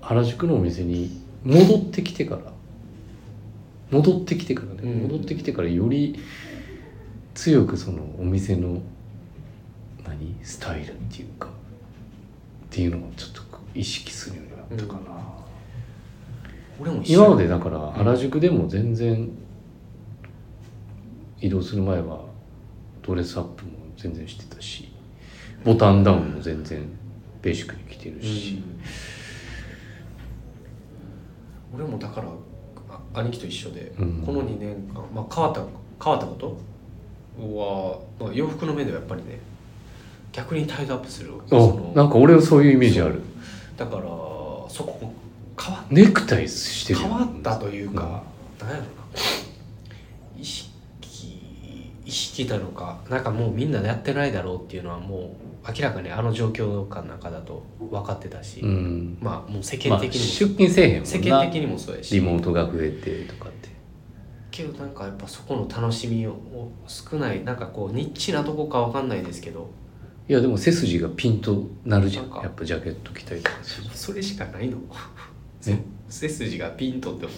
S2: あ原宿のお店に戻ってきてから戻ってきてからね、
S1: うん
S2: 戻ってきてからより強くそのお店の何スタイルっていうかっていうのをちょっと意識するようになったかな、
S1: 俺も一緒
S2: 今までだから原宿でも全然移動する前はドレスアップも全然してたしボタンダウンも全然ベーシックに着てるし、
S1: うん俺もだからあ兄貴と一緒で、
S2: うん
S1: この2年間、まあ、変わった変わったことは、まあ、洋服の面ではやっぱりね逆にタイドアップするそ
S2: お
S1: の
S2: なんか俺はそういうイメージある
S1: だからそこも変わ
S2: ネクタイしてる
S1: 変わったというか、なんやろな意識意識なのかなんかもうみんなやってないだろうっていうのはもう明らかにあの状況下の中だと分かってたし、
S2: うん、
S1: まあもう世
S2: ま
S1: 間
S2: あ、出
S1: 的にも、
S2: 勤せえへんもんな
S1: 世間的にもそうやし
S2: リモートが増えてとかって
S1: けどなんかやっぱそこの楽しみを少ないなんかこうニッチなとこかわかんないですけど
S2: いやでも背筋がピンとなるじゃん
S1: なんか
S2: やっぱジャケット着たりとかする
S1: それしかないの
S2: え
S1: 背筋がピンとっても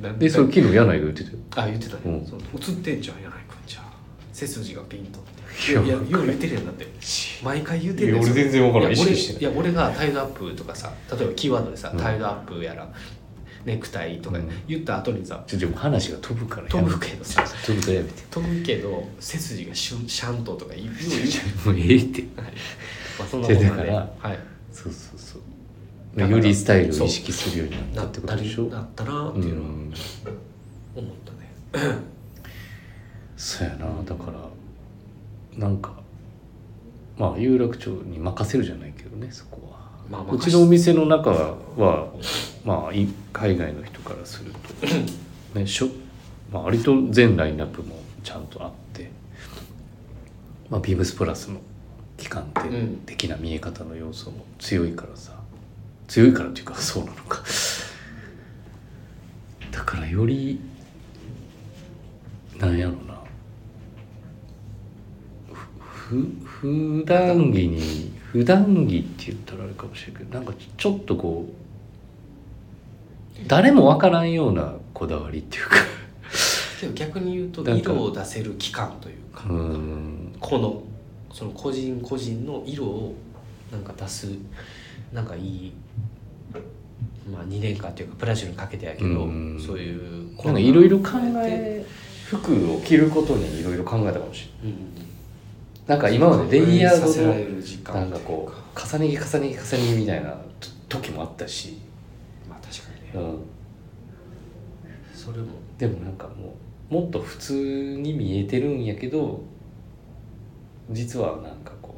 S1: うなん
S2: でそれ
S1: れ
S2: 昨日柳井が言ってたよ
S1: あ言ってたね、
S2: うん
S1: そう映ってんじゃんやないかじゃあ背筋がピンとって
S2: い
S1: い
S2: や
S1: やいやよう言ってるやんだって毎回言うてるやん
S2: いや俺全然わから
S1: いや
S2: ん意識
S1: 俺
S2: してない
S1: いや俺がタイドアップとかさ例えばキーワードでさ、
S2: うん
S1: タイドアップやらネクタイとか
S2: うん
S1: 言った後にさ、
S2: ちょでも話が飛ぶからやめ
S1: 飛
S2: て
S1: ぶけどさ
S2: 飛ぶからやめて
S1: 飛ぶけど背筋がシュンシャンととか言うよう言うじゃん
S2: もうええって
S1: まあそんなことなん
S2: いやだ
S1: で、
S2: から
S1: はい、
S2: そうそうそう
S1: だから
S2: よりスタイルを意識するように
S1: な
S2: なった
S1: っ
S2: ってことでしょ
S1: なったなって
S2: う
S1: いうのは
S2: ん
S1: 思ったね、
S2: そうやなだからなんかまあ有楽町に任せるじゃないけどねそこは、
S1: まあ
S2: うちのお店の中はまあい海外の人からすると、ね、しょまあ割と全ラインナップもちゃんとあって、まあ、ビームスプラスの期間店的な見え方の要素も強いからさ、強いからっていうかそうなのかだからよりなんやろなふふ普段着に普段着って言ったらあれかもしれんけどなんかちょっとこう誰もわからんようなこだわりっていうか
S1: けど逆に言うと
S2: なんか
S1: 色を出せる期間というか
S2: うん
S1: このその個人個人の色をなんか出すなんかいいまあ2年間というかプラスにかけてやけど
S2: うん
S1: そういう
S2: なんかいろいろ考え服を着ることにいろいろ考えたかもしれない
S1: うん
S2: なんか今までレイヤー
S1: 考えさせ
S2: ド
S1: ら
S2: の
S1: れる時間
S2: なんかこう重ね着重ね着重ね着みたいなと時もあったし、
S1: うまあ確かに
S2: う
S1: ね
S2: ん、
S1: それも
S2: でもなんかもうもっと普通に見えてるんやけど実はなんかこ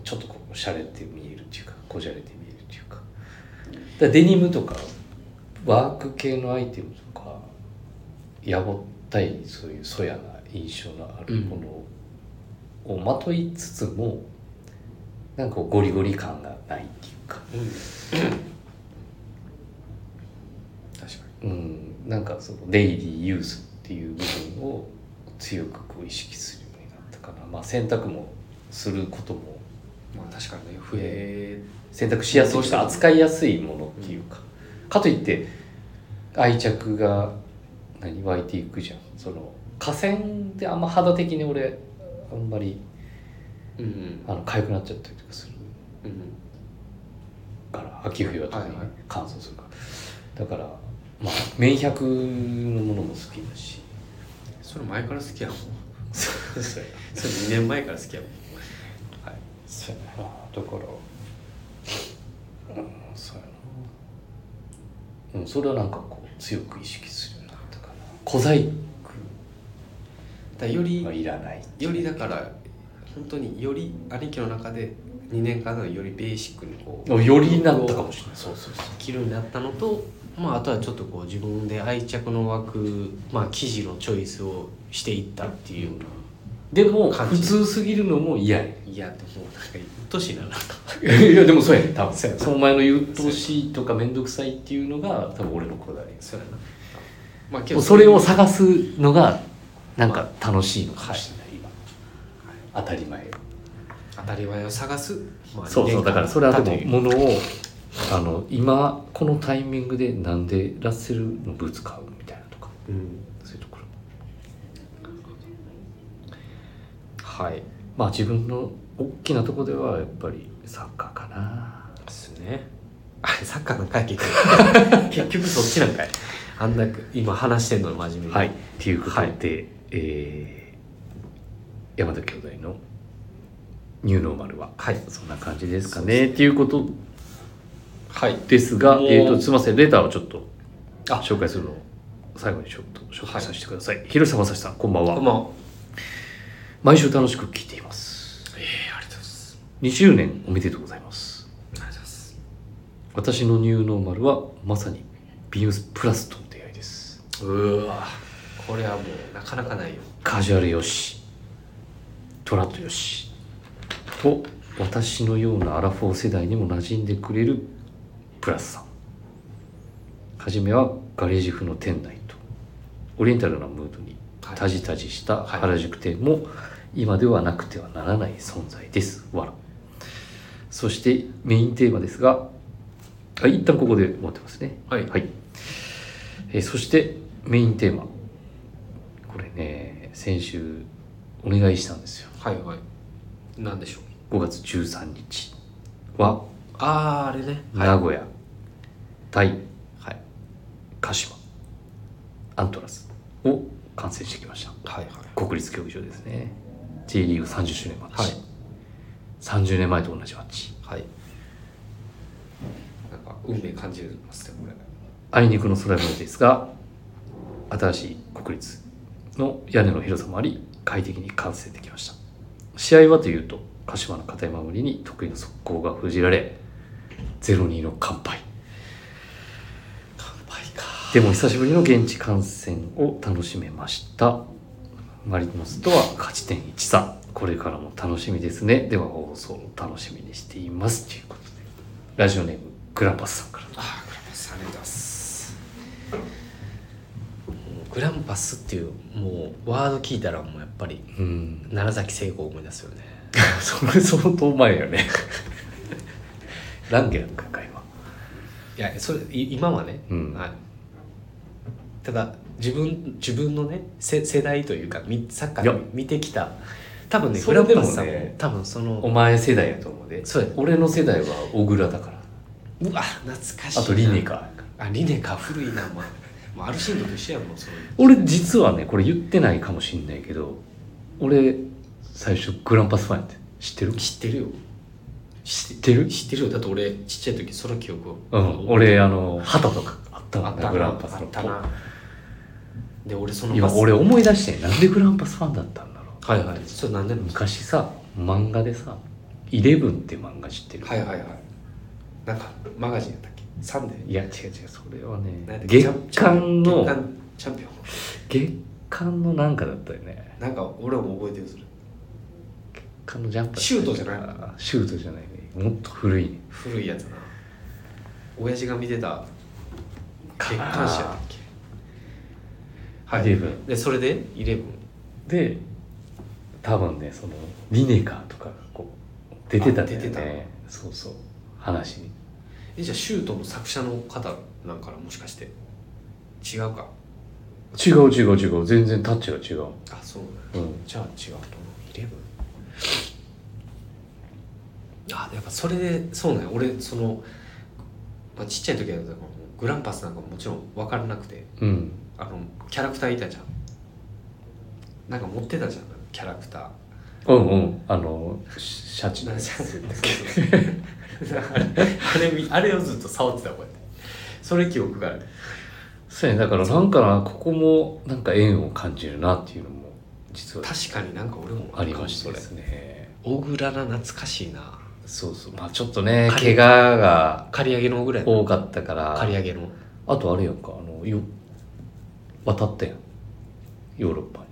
S2: うちょっとこうおしゃれて見えるっていうかこじゃれて見えるっていうかだからデニムとかワーク系のアイテムとかやぼったいそういうそやな印象のあるものをまといつつもなんかこうゴリゴリ感がないっていうか。
S1: うん確か
S2: うん、なんかそのデイリーユースっていう部分を強くこう意識するようになったかな、まあ、選択もすることも
S1: にまあ確かにね増え
S2: 選択しやす
S1: ど
S2: いう
S1: しても
S2: 扱いやすいものっていうか、かといって愛着が何湧いていくじゃんその河川であんま肌的に俺あんまり
S1: うんうん
S2: あの痒くなっちゃったりとかする
S1: うん
S2: から秋冬は特に
S1: はいはい
S2: 乾燥するから、だからまあ綿100のものも好き だし
S1: それ前から好きやもん
S2: そうそう
S1: それ2年前から好きやもん
S2: そうやなだからうんそうやなうんそれはなんかこう強く意識するようになったかな小細
S1: だからよ
S2: 工
S1: り
S2: はいらない
S1: よりだから本当により兄貴の中で2年間のよりベーシックにこう
S2: よりなったかもしれないそうそうそう
S1: 着るようになったのと、まあ、あとはちょっとこう自分で愛着の湧く、まあ、生地のチョイスをしていったっていうよ
S2: でも
S1: 感
S2: 普
S1: じ
S2: 通すぎるのも嫌や
S1: うないやでもなんかうっとうしいななんか
S2: いやでもそうやね多分
S1: そうやな
S2: そのお前の言うっとうしいとか面倒くさいっていうのが多分俺のこだわりです
S1: そうやな、まあ、け
S2: も
S1: ど
S2: うそれを探すのがなんか楽しいのかもしれない、今当たり前
S1: 当たり前を探す、まあ、
S2: そうそうだからそれはで
S1: も
S2: もものをあの今このタイミングでなんでラッセルのブーツ買うみたいなとか
S1: うん
S2: そういうところ
S1: はい
S2: まあ自分の大きなとこではやっぱりサッカーかな
S1: ですねあれサッカーなんかい 結局結局そっちなんかいあんなく今話してんのに真面目に
S2: はいっていうことで、
S1: はい
S2: えー山田兄弟のニューノーマルは
S1: はい
S2: そんな感じですかねっていうこと
S1: はい
S2: ですが、
S1: もう
S2: えー、とすいませんレターをちょっと
S1: あ
S2: 紹介するのを最後にちょっと紹介させてください、広瀬正史さんこんばんは
S1: こんばんは
S2: 毎週楽しく聞いています
S1: ええありがとうございます
S2: 2周年おめでとうございます
S1: ありがとうございます
S2: 私のニューノーマルはまさにビームスプラスとの出会いです
S1: うわこれはもうなかなかないよ
S2: カジュアルよしトラットよしと私のようなアラフォー世代にも馴染んでくれるプラスさんはじめはガレージ風の店内とオリエンタルなムードに
S1: はい
S2: タジタジした
S1: はい
S2: 原宿店も今ではなくてはならない存在ですわらそしてメインテーマですがあ一旦ここで終わってますね
S1: はい
S2: はい、えーそしてメインテーマこれね先週お願いしたんですよ
S1: はいはいなんでしょう
S2: 5月13日は
S1: あああれね
S2: 名古屋、対
S1: はい
S2: 鹿島アントラスを観戦してきました
S1: はいはい
S2: 国立競技場ですね J リーグ30周年マッチ、
S1: はい
S2: 30年前と同じマッチ
S1: はいなんか運命感じますねこれ
S2: あいにくの空模様ですが新しい国立の屋根の広さもあり快適に観戦できました試合はというと鹿島の堅い守りに得意の速攻が封じられ0-2の完敗
S1: 乾杯か
S2: でも久しぶりの現地観戦を楽しめましたマリノスとは勝ち点1差これからも楽しみですねでは放送を楽しみにしていますということでラジオネームグランパスさんから
S1: ああグランパスありがとうございますもうグランパスっていうもうワード聞いたらもうやっぱり
S2: うん
S1: 奈良崎聖子を思い出すよね
S2: それ相当前よねランゲランか会話
S1: いやそれい今はね、
S2: うん
S1: はい、ただ自分自分のねせ世代というかみサッカ
S2: いや
S1: ー見てきた多分ね
S2: そ
S1: グ
S2: れ
S1: ラン
S2: でも
S1: パ
S2: ね
S1: スさんも多分その
S2: お前世代やと思うで
S1: そうやね
S2: 俺の世代は小倉だから
S1: うわ懐かしい
S2: あ
S1: な
S2: とリネカー
S1: あリネか古いなもうもうアルシンドと一緒やもんそういう
S2: 俺実はねこれ言ってないかもしんないけど俺最初グランパスファンやって知ってる
S1: 知ってるよ
S2: 知ってる
S1: 知ってるよだって俺ちっちゃい時その記憶を
S2: うん、俺あの旗とかあった
S1: あ
S2: わ
S1: ったな
S2: グランパス
S1: あ
S2: の
S1: ったなで俺その
S2: 今
S1: パス
S2: 俺思い出してなんでグランパスファンだったんだろ
S1: はいはいそれなんで
S2: う
S1: も
S2: 昔さ漫画でさ「イレブン」って漫画知ってる、
S1: はいはいはいなんかマガジンやったっけサンデー
S2: い、や違う違うそれは
S1: なん
S2: ね
S1: だっけ
S2: 月刊の
S1: 月刊チャンピオン
S2: 月刊のなんかだったよね
S1: なんか俺も覚えてるそれ
S2: 月刊のジャンプ
S1: シュートじゃない
S2: いシュートじゃないねもっと古いね
S1: 古いやつな親父が見てた月刊誌やったっけは
S2: イレ
S1: い
S2: ブン
S1: でそれでイレブン
S2: で多分ねそのリネカーとかがこう出てたんだよ
S1: あ出
S2: ね
S1: て
S2: そうそう話に
S1: えじゃあシュートの作者の方なんかなもしかして違うか
S2: 違う違う違う全然タッチが違う
S1: あそうなんだ
S2: うん
S1: じゃあ違うと思うイレブンあやっぱそれでそうなんや俺その、まあ、ちっちゃい時だったからもうグランパスなんかもちろん分からなくて
S2: うん
S1: あのキャラクターいたじゃんなんか持ってたじゃんキャラクター
S2: うんうんあのシシャチ
S1: なんじゃんそうそうあれ みあれをずっと触ってたこうやってそれ記憶がある
S2: そうやねだからなんかなここもなんか縁を感じるなっていうのも実は
S1: 確かになんか俺も
S2: ありまして
S1: そ
S2: で
S1: れ
S2: すね
S1: 大倉な懐かしいな
S2: そうそうまあちょっとね
S1: 借
S2: 怪
S1: り
S2: 我が
S1: 刈り上げのぐらい
S2: 多かったか
S1: 刈
S2: ら
S1: り上げの
S2: あとあれやんかあのよ渡ったやんヨーロッパに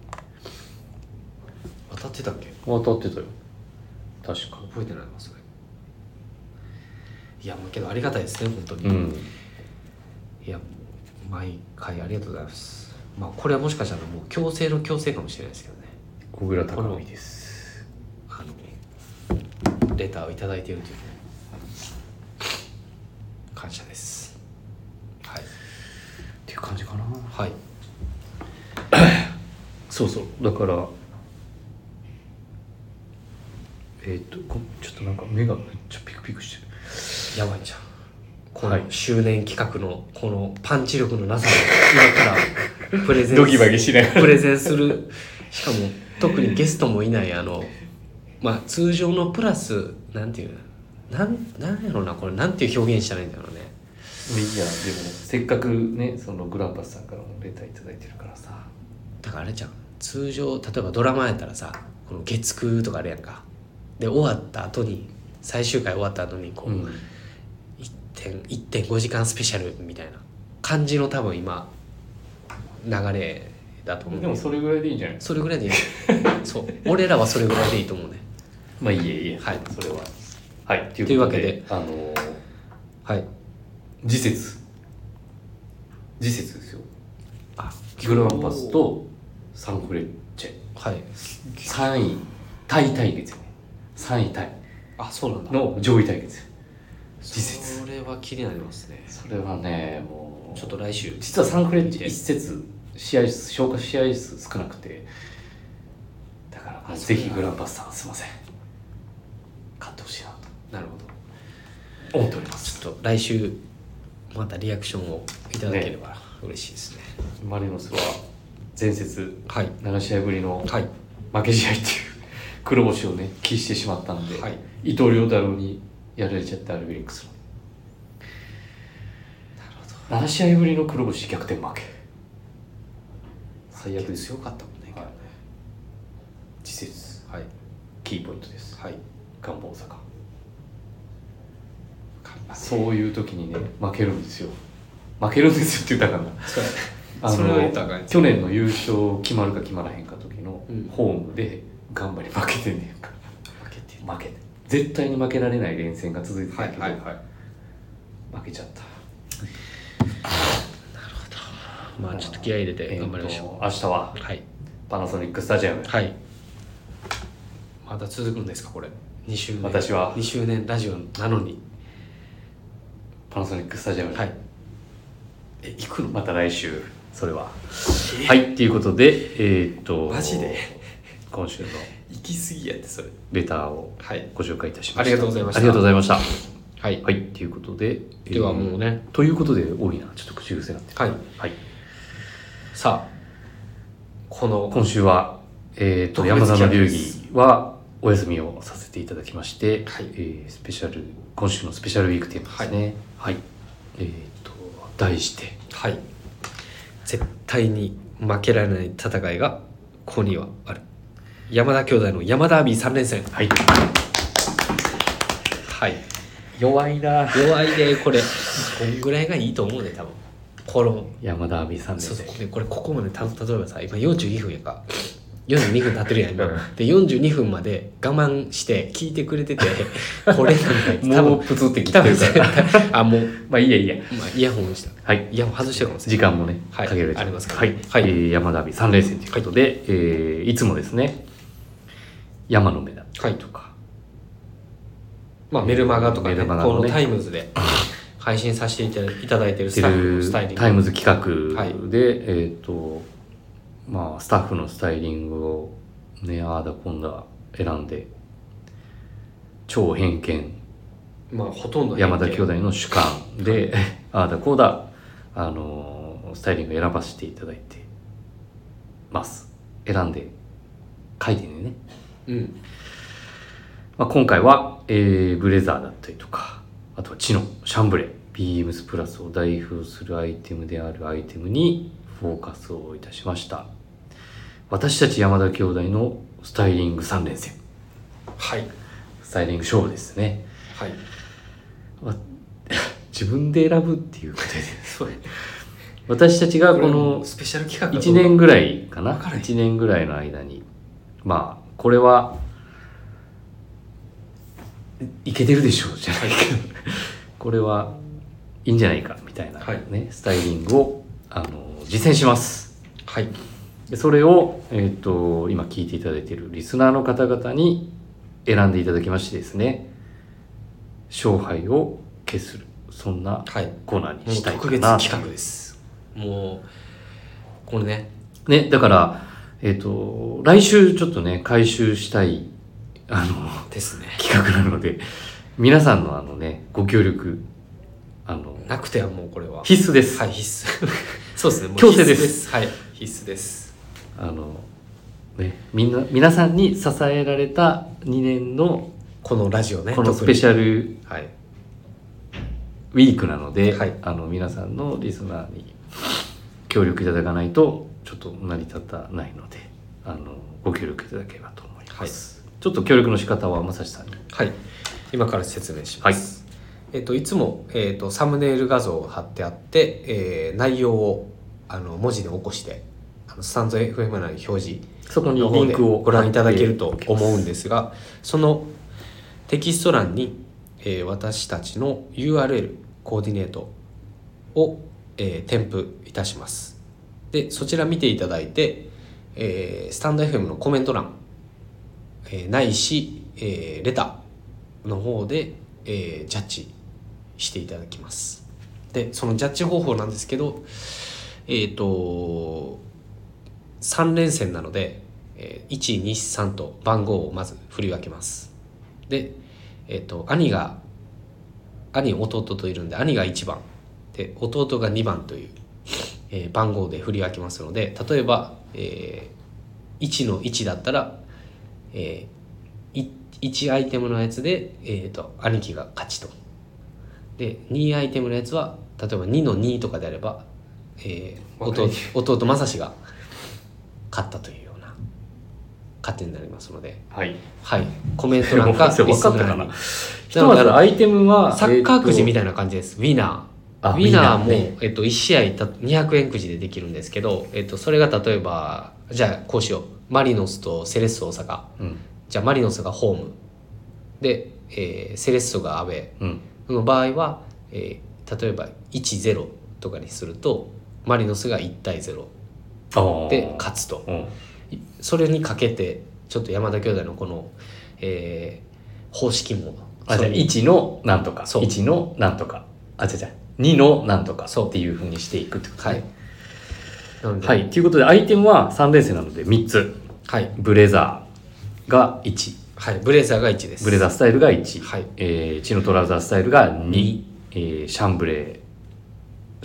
S1: 渡ってたっけ
S2: 渡ってたよ確か
S1: 覚えてないわそれいやもうけどありがたいですね本当に、
S2: うん
S1: いやもう毎回ありがとうございますまあこれはもしかしたらもう強制の強制かもしれないですけどね
S2: 小倉貴美です
S1: あのレターを頂いただいているというね感謝ですはい
S2: っていう感じかな
S1: はい
S2: そうそうだからえっ、とごちょっとなんか目がめっちゃピクピクしてる
S1: やばいじゃんこ
S2: はい
S1: の周年企画のこのパンチ力のなさを今か らプレゼン
S2: ドギマギしなが
S1: プレゼンするしかも特にゲストもいないあのまあ通常のプラスなんていうなんなんやろうなこれなんていう表現したらいいんだろうね
S2: いやでもせっかくねそのグランパスさんからもレター頂いただいてるからさ
S1: だからあれじゃん通常例えばドラマやったらさこの月9とかあるやんかで終わった後に最終回終わった後にこう、
S2: うん
S1: 点1.5時間スペシャルみたいな感じの多分今流れだと思う
S2: でもそれぐらいでいいんじゃない
S1: それぐらい でいいそう俺らはそれぐらいでいいと思うね
S2: まあいいえいいえ
S1: はい
S2: それははいと
S3: と
S2: い
S3: いうう
S2: わ
S3: わ
S2: け
S3: け
S2: で
S3: で
S2: あのー
S3: はい
S2: 次節次節ですよ
S1: あ
S2: グランパスとサンフレッチェ
S1: はい
S2: 3位タイ対決よね3位タイ
S1: あそうなんだ
S2: の上位対決次節
S1: それは気になりますね
S2: それはねもう
S1: ちょっと来週
S2: 実はサンフレッチェ一節試合数消化試合数少なくてだからもうぜひグランパスさんすいません勝ってほしい
S1: な
S2: な
S1: るほど
S2: と思っております
S1: ちょっと来週またリアクションをいただければ嬉しいですね
S2: マリノスは前節
S1: はい
S2: 7試合ぶりの
S1: はい
S2: 負け試合っていう 黒星をね喫してしまったので、
S1: はい
S2: 伊藤涼太郎にやられちゃったアルビレックスの7試合ぶりの黒星逆転負け最悪ですよ
S1: 強かったもんね今日ね
S2: 次節
S1: はい
S2: キーポイントです
S1: はい
S2: 願望大阪
S1: 頑張って
S2: そういう時にね負けるんですよ負けるんですよって言ったらあかんな
S1: そうやね
S2: あの
S1: それは言ったらあかんやつ
S2: 去年の優勝決まるか決まらへんか時の
S1: うん
S2: ホームで頑張り負けてんねんか
S1: 負けて
S2: 負けて絶対に負けられない連戦が続いてた
S1: はい
S2: けど、
S1: はいはい
S2: 負けちゃった
S1: まあちょっと気合い入れて
S2: えーと
S1: 頑張りましょ
S2: 明日は
S1: うはい
S2: パナソニックスタジアム、
S1: はいまだ続くんですかこれ2周年
S2: 私は
S1: 2周年ラジオなのに
S2: パナソニックスタジアム、
S1: はいえ行くの
S2: また来週それははいということでえっ、と
S1: マジで
S2: 今週の
S1: 行き過ぎやってそれ
S2: レターを
S1: はい
S2: ご紹介いたしました
S1: ありがとうございました
S2: ありがとうございました
S1: はい
S2: はいということでえー
S1: ではもうね
S2: ということで多いなちょっと口癖になってる
S1: はい
S2: はい
S1: さあこの
S2: 今週は、えー、と
S1: 特別
S2: 山田の流
S1: 企画
S2: 儀はお休みをさせていただきまして、
S1: はい
S2: えースペシャル今週のスペシャルウィークテーマですねはい、えっ、と題して
S1: はい絶対に負けられない戦いがここにはある山田兄弟の山田アビー3連戦
S2: はい
S1: はい
S2: 弱いな
S1: 弱いでこれこんぐらいがいいと思うね多分この
S2: 山田亜美さんで
S1: そう
S2: す
S1: そう
S2: ね
S1: ねこれここまでた例えばさ今42分やんか42分経ってるやん今
S2: うん
S1: で42分まで我慢して聞いてくれ ててこれなんか多
S2: も
S1: 分
S2: うプツってきて
S1: 多分
S2: るから
S1: 絶対あもう、
S2: まあいいやいいや
S1: まあ、イヤホンした
S2: はい
S1: イヤホン外してるかもしれ
S2: 時間もね、
S1: はい
S2: 限られて
S1: ありますから
S2: はい、
S1: はい
S2: えー山田亜美3連戦ということで、いえーいつもですね山の目
S1: な
S2: だ
S1: いはい
S2: とか
S1: まあメルマガとかね
S2: メルマガ
S1: こ
S2: の
S1: の
S2: ね
S1: タイムズで配信させていただいただいてるス
S2: て
S1: タイルのスタイリン
S2: る
S1: グ
S2: タイムズ企画で、
S1: はい
S2: えっ、とまあスタッフのスタイリングをねああだこんだ選んで超偏見
S1: まあほとんど
S2: 山田兄弟の主観で、 ああだこうだあのースタイリング選ばせていただいてます選んで書いてね、
S1: うん
S2: まあ、今回は、えーブレザーだったりとかあとはチノシャンブレビームスプラスを代表するアイテムであるアイテムにフォーカスをいたしました私たち山田兄弟のスタイリング3連戦
S1: はい
S2: スタイリング勝負ですね
S1: はい
S2: わ自分で選ぶっていうことで
S1: そうやね
S2: 私たちが
S1: こ
S2: こ
S1: れ
S2: の
S1: もスペシャル企画
S2: 1年ぐらいかな
S1: わからへん
S2: 1年ぐらいの間にまあこれはいいけてるでしょうじゃないけど これはいいんじゃないかみたいな、ね
S1: はい
S2: スタイリングをあの実践します
S1: はい
S2: でそれを、えー、と今聞いていただいているリスナーの方々に選んでいただきましてですね勝敗を決するそんな
S1: はい
S2: コーナーに
S1: もう
S2: したいか
S1: 特
S2: な
S1: 別企画ですもうこれね
S2: ね、だから、えっ、と、来週ちょっとね、回収したい、あの、
S1: ですね
S2: 企画なので、皆さんのあのね、ご協力、あの、
S1: なくてはもうこれは
S2: 必須です。
S1: はい必須 そうですねもう
S2: 強制です
S1: 必須はい必須です
S2: あの、ね、みんな、皆さんに支えられた2年の、
S1: このラジオね
S2: このスペシャル
S1: ャルはい
S2: ウィークなので、
S1: はい
S2: あの、皆さんのリスナーに協力いただかないと、ちょっと成り立たないので、あの、ご協力いただければと思います。ます、ちょっと協力の仕方はまさしさんに
S1: はい今から説明します、いえっといつも、えっとサムネイル画像を貼ってあって、えー内容をあの文字で起こしてあのスタンド FM なの表示
S2: そこに
S1: の
S2: リ
S1: 方
S2: ン
S1: で
S2: クを
S1: ご覧いただけると
S2: 貼っておきます
S1: 思うんですがそのテキスト欄に、えー私たちの URL コーディネートを、えー添付いたしますでそちら見ていただいて、えースタンド FM のコメント欄、えーないし、えーレターの方で、えージャッジしていただきますでそのジャッジ方法なんですけどえっ、と3連戦なので、えー123と番号をまず振り分けますで、えっと兄が兄弟といるんで兄が1番で弟が2番という、えー番号で振り分けますので例えば、えー1の1だったら、え1アイテムのやつで、えー、と兄貴が勝ちとで2アイテムのやつは例えば2の2とかであれば、えー
S3: わかり
S1: 弟弟正志が勝ったというような勝手になりますので、
S2: はい
S1: はい、コメント 欄か
S2: 分かったか
S1: リ
S2: なひ
S1: スナ
S2: と
S1: ーに
S2: ま
S1: なの
S2: ず
S1: で
S2: アイテムは
S1: サッカーくじみ
S2: たい
S1: たいな感じです。ウィナー。
S2: あ
S1: ウィナーも、
S2: ウィナーね
S1: えっと、1試合た200円くじでできるんですけど、えっと、それが例えば、じゃあこうしよう。マリノスとセレッソ大阪。
S2: うん
S1: じゃあマリノスがホーム。で、えーセレッソがアウェ
S2: うん
S1: ーの場合は、えー例えば1-0とかにすると、マリノスが1対0
S2: あー
S1: で勝つと。
S2: うん
S1: それにかけてちょっと山田兄弟のこの、えー方式も
S2: あじゃあ
S1: それに
S2: 1のなんとか
S1: そう
S2: 1のなんとかあじゃじゃ2のなんとか
S1: そう
S2: っていうふうにしていくってこと
S1: はい
S2: ね
S1: なので
S2: はいということでアイテムは3連戦なので3つ
S1: はい、
S2: ブレザーが1
S1: はいブレザーが1です
S2: ブレザースタイルが1、
S1: はい
S2: えーチノトラウザースタイルが2、えーシャンブレー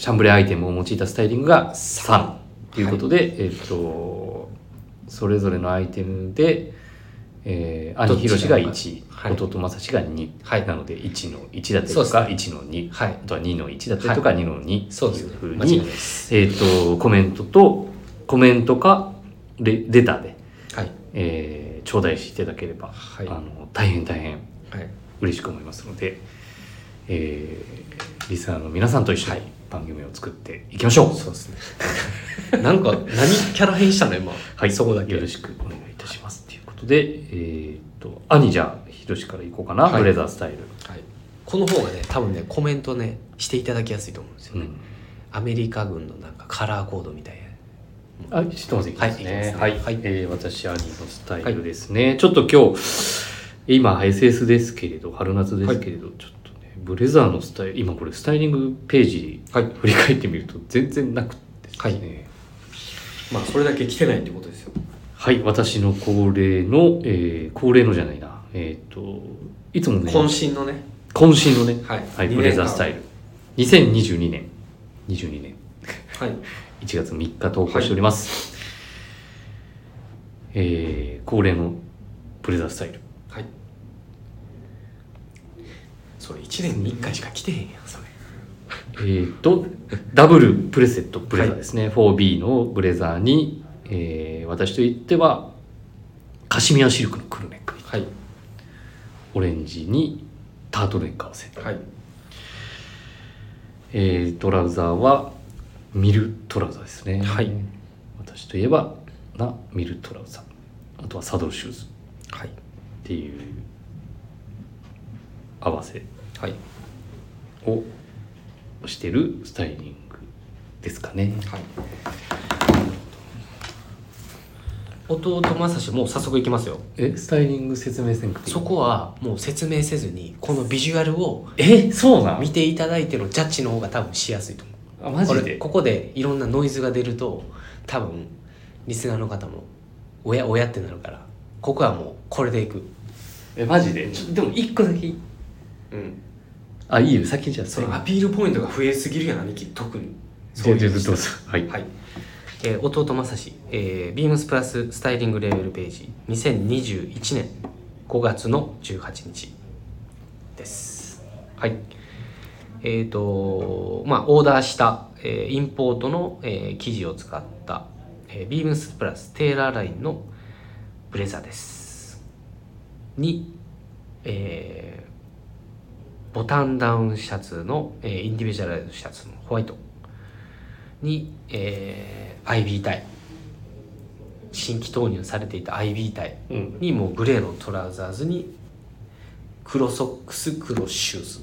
S2: シャンブレーアイテムを用いたスタイリングが3ということで、えっとそれぞれのアイテムで、えー、兄ひろしが
S1: どっ
S2: 1、
S1: はい
S2: 弟まさしが2、
S1: はい
S2: なので1の1だったり
S1: そう
S2: と
S1: です
S2: か、1の2
S1: はい
S2: あとは2の1だったりとか、2の2
S1: そう
S2: と
S1: です
S2: いう
S1: ね
S2: ふう
S1: 間違い
S2: に
S1: ないです
S2: えっとコメントとコメントかレレターで、
S1: はい
S2: えー、頂戴していただければ、
S1: はい
S2: あの大変大変
S1: はい
S2: 嬉しく思いますので、えーリスナーの皆さんと一緒に番組を作っていきましょう、はい
S1: そうですねなんか何キャラ変したの今そこだけ
S2: よろしくお願いいたしますということでえーっと兄じゃあひろしからいこうかな、
S1: はい
S2: ブレザースタイル、
S1: はい、この方がね多分ねコメントねしていただきやすいと思うんですよ
S2: う
S1: ね、
S2: ん、
S1: アメリカ軍のなんかカラーコードみたいな
S2: あちょっとまずいきますね
S1: は
S2: はいい、
S1: いきますねはい
S2: えー私兄のスタイルですね、ちょっと今日今 SS ですけれど春夏ですけれど、ちょっとねブレザーのスタイル今これスタイリングページ
S3: はい
S2: 振り返ってみると全然なくてですね、
S1: は
S3: まあそれだけ来てないってことですよ
S2: はい、私の恒例の、えー恒例のじゃないな、えーっと、いつもね、渾
S3: 渾身のね
S2: 身のね、
S3: はい
S2: はい、
S3: 二年間
S2: ブレザースタイル、2022年、22年、
S3: はい
S2: 1月3日投稿しております。えー恒例のブレザースタイル。
S3: はい
S1: それ1年に1回しか来てへんやんそれ
S2: えーっと、ダブルプレセットブレザーですね、4B のブレザーに、えー私といっては、カシミヤシルクのクルネックに、
S1: はい
S2: オレンジにタートルネック合わせ。
S1: はい
S2: えートラウザーはミルトラウザーですね
S1: はい
S2: 私といえばなミルトラウザーあとはサドルシューズっ
S1: はい
S2: ていう合わせ
S1: はい
S2: をしてるスタイリングですかね
S1: はい。弟正志もう早速いきますよ。
S2: えスタイリング説明せんくていい
S1: そこはもう説明せずにこのビジュアルを
S2: えそうなん
S1: 見ていただいてのジャッジの方が多分しやすいと思う。
S2: あマ
S1: こ
S2: ジ
S1: れ
S2: で
S1: ここでいろんなノイズが出ると多分リスナーの方もおやおやってなるからここはもうこれでいく。
S2: えマジでちょっとでも一個だけ
S3: うん
S2: あいいよ先じゃあ
S3: そのアピールポイントが増えすぎるやん兄貴特に
S2: そう
S3: い
S2: いううどうぞはい
S3: はい
S1: えー弟正志、えー、ビームスプラススタイリングレーベルページ2021年5月の18日ですはいえっ、とまあオーダーした、えーインポートの、えー生地を使った、えービームスプラステーラーラインのブレザーですに、えーボタンダウンシャツの、えーインディビジュアライズシャツのホワイトに、えー、IB タイ新規投入されていた IB タイ
S2: うん
S1: にもうグレーのトラウザーズに黒ソックス黒シューズ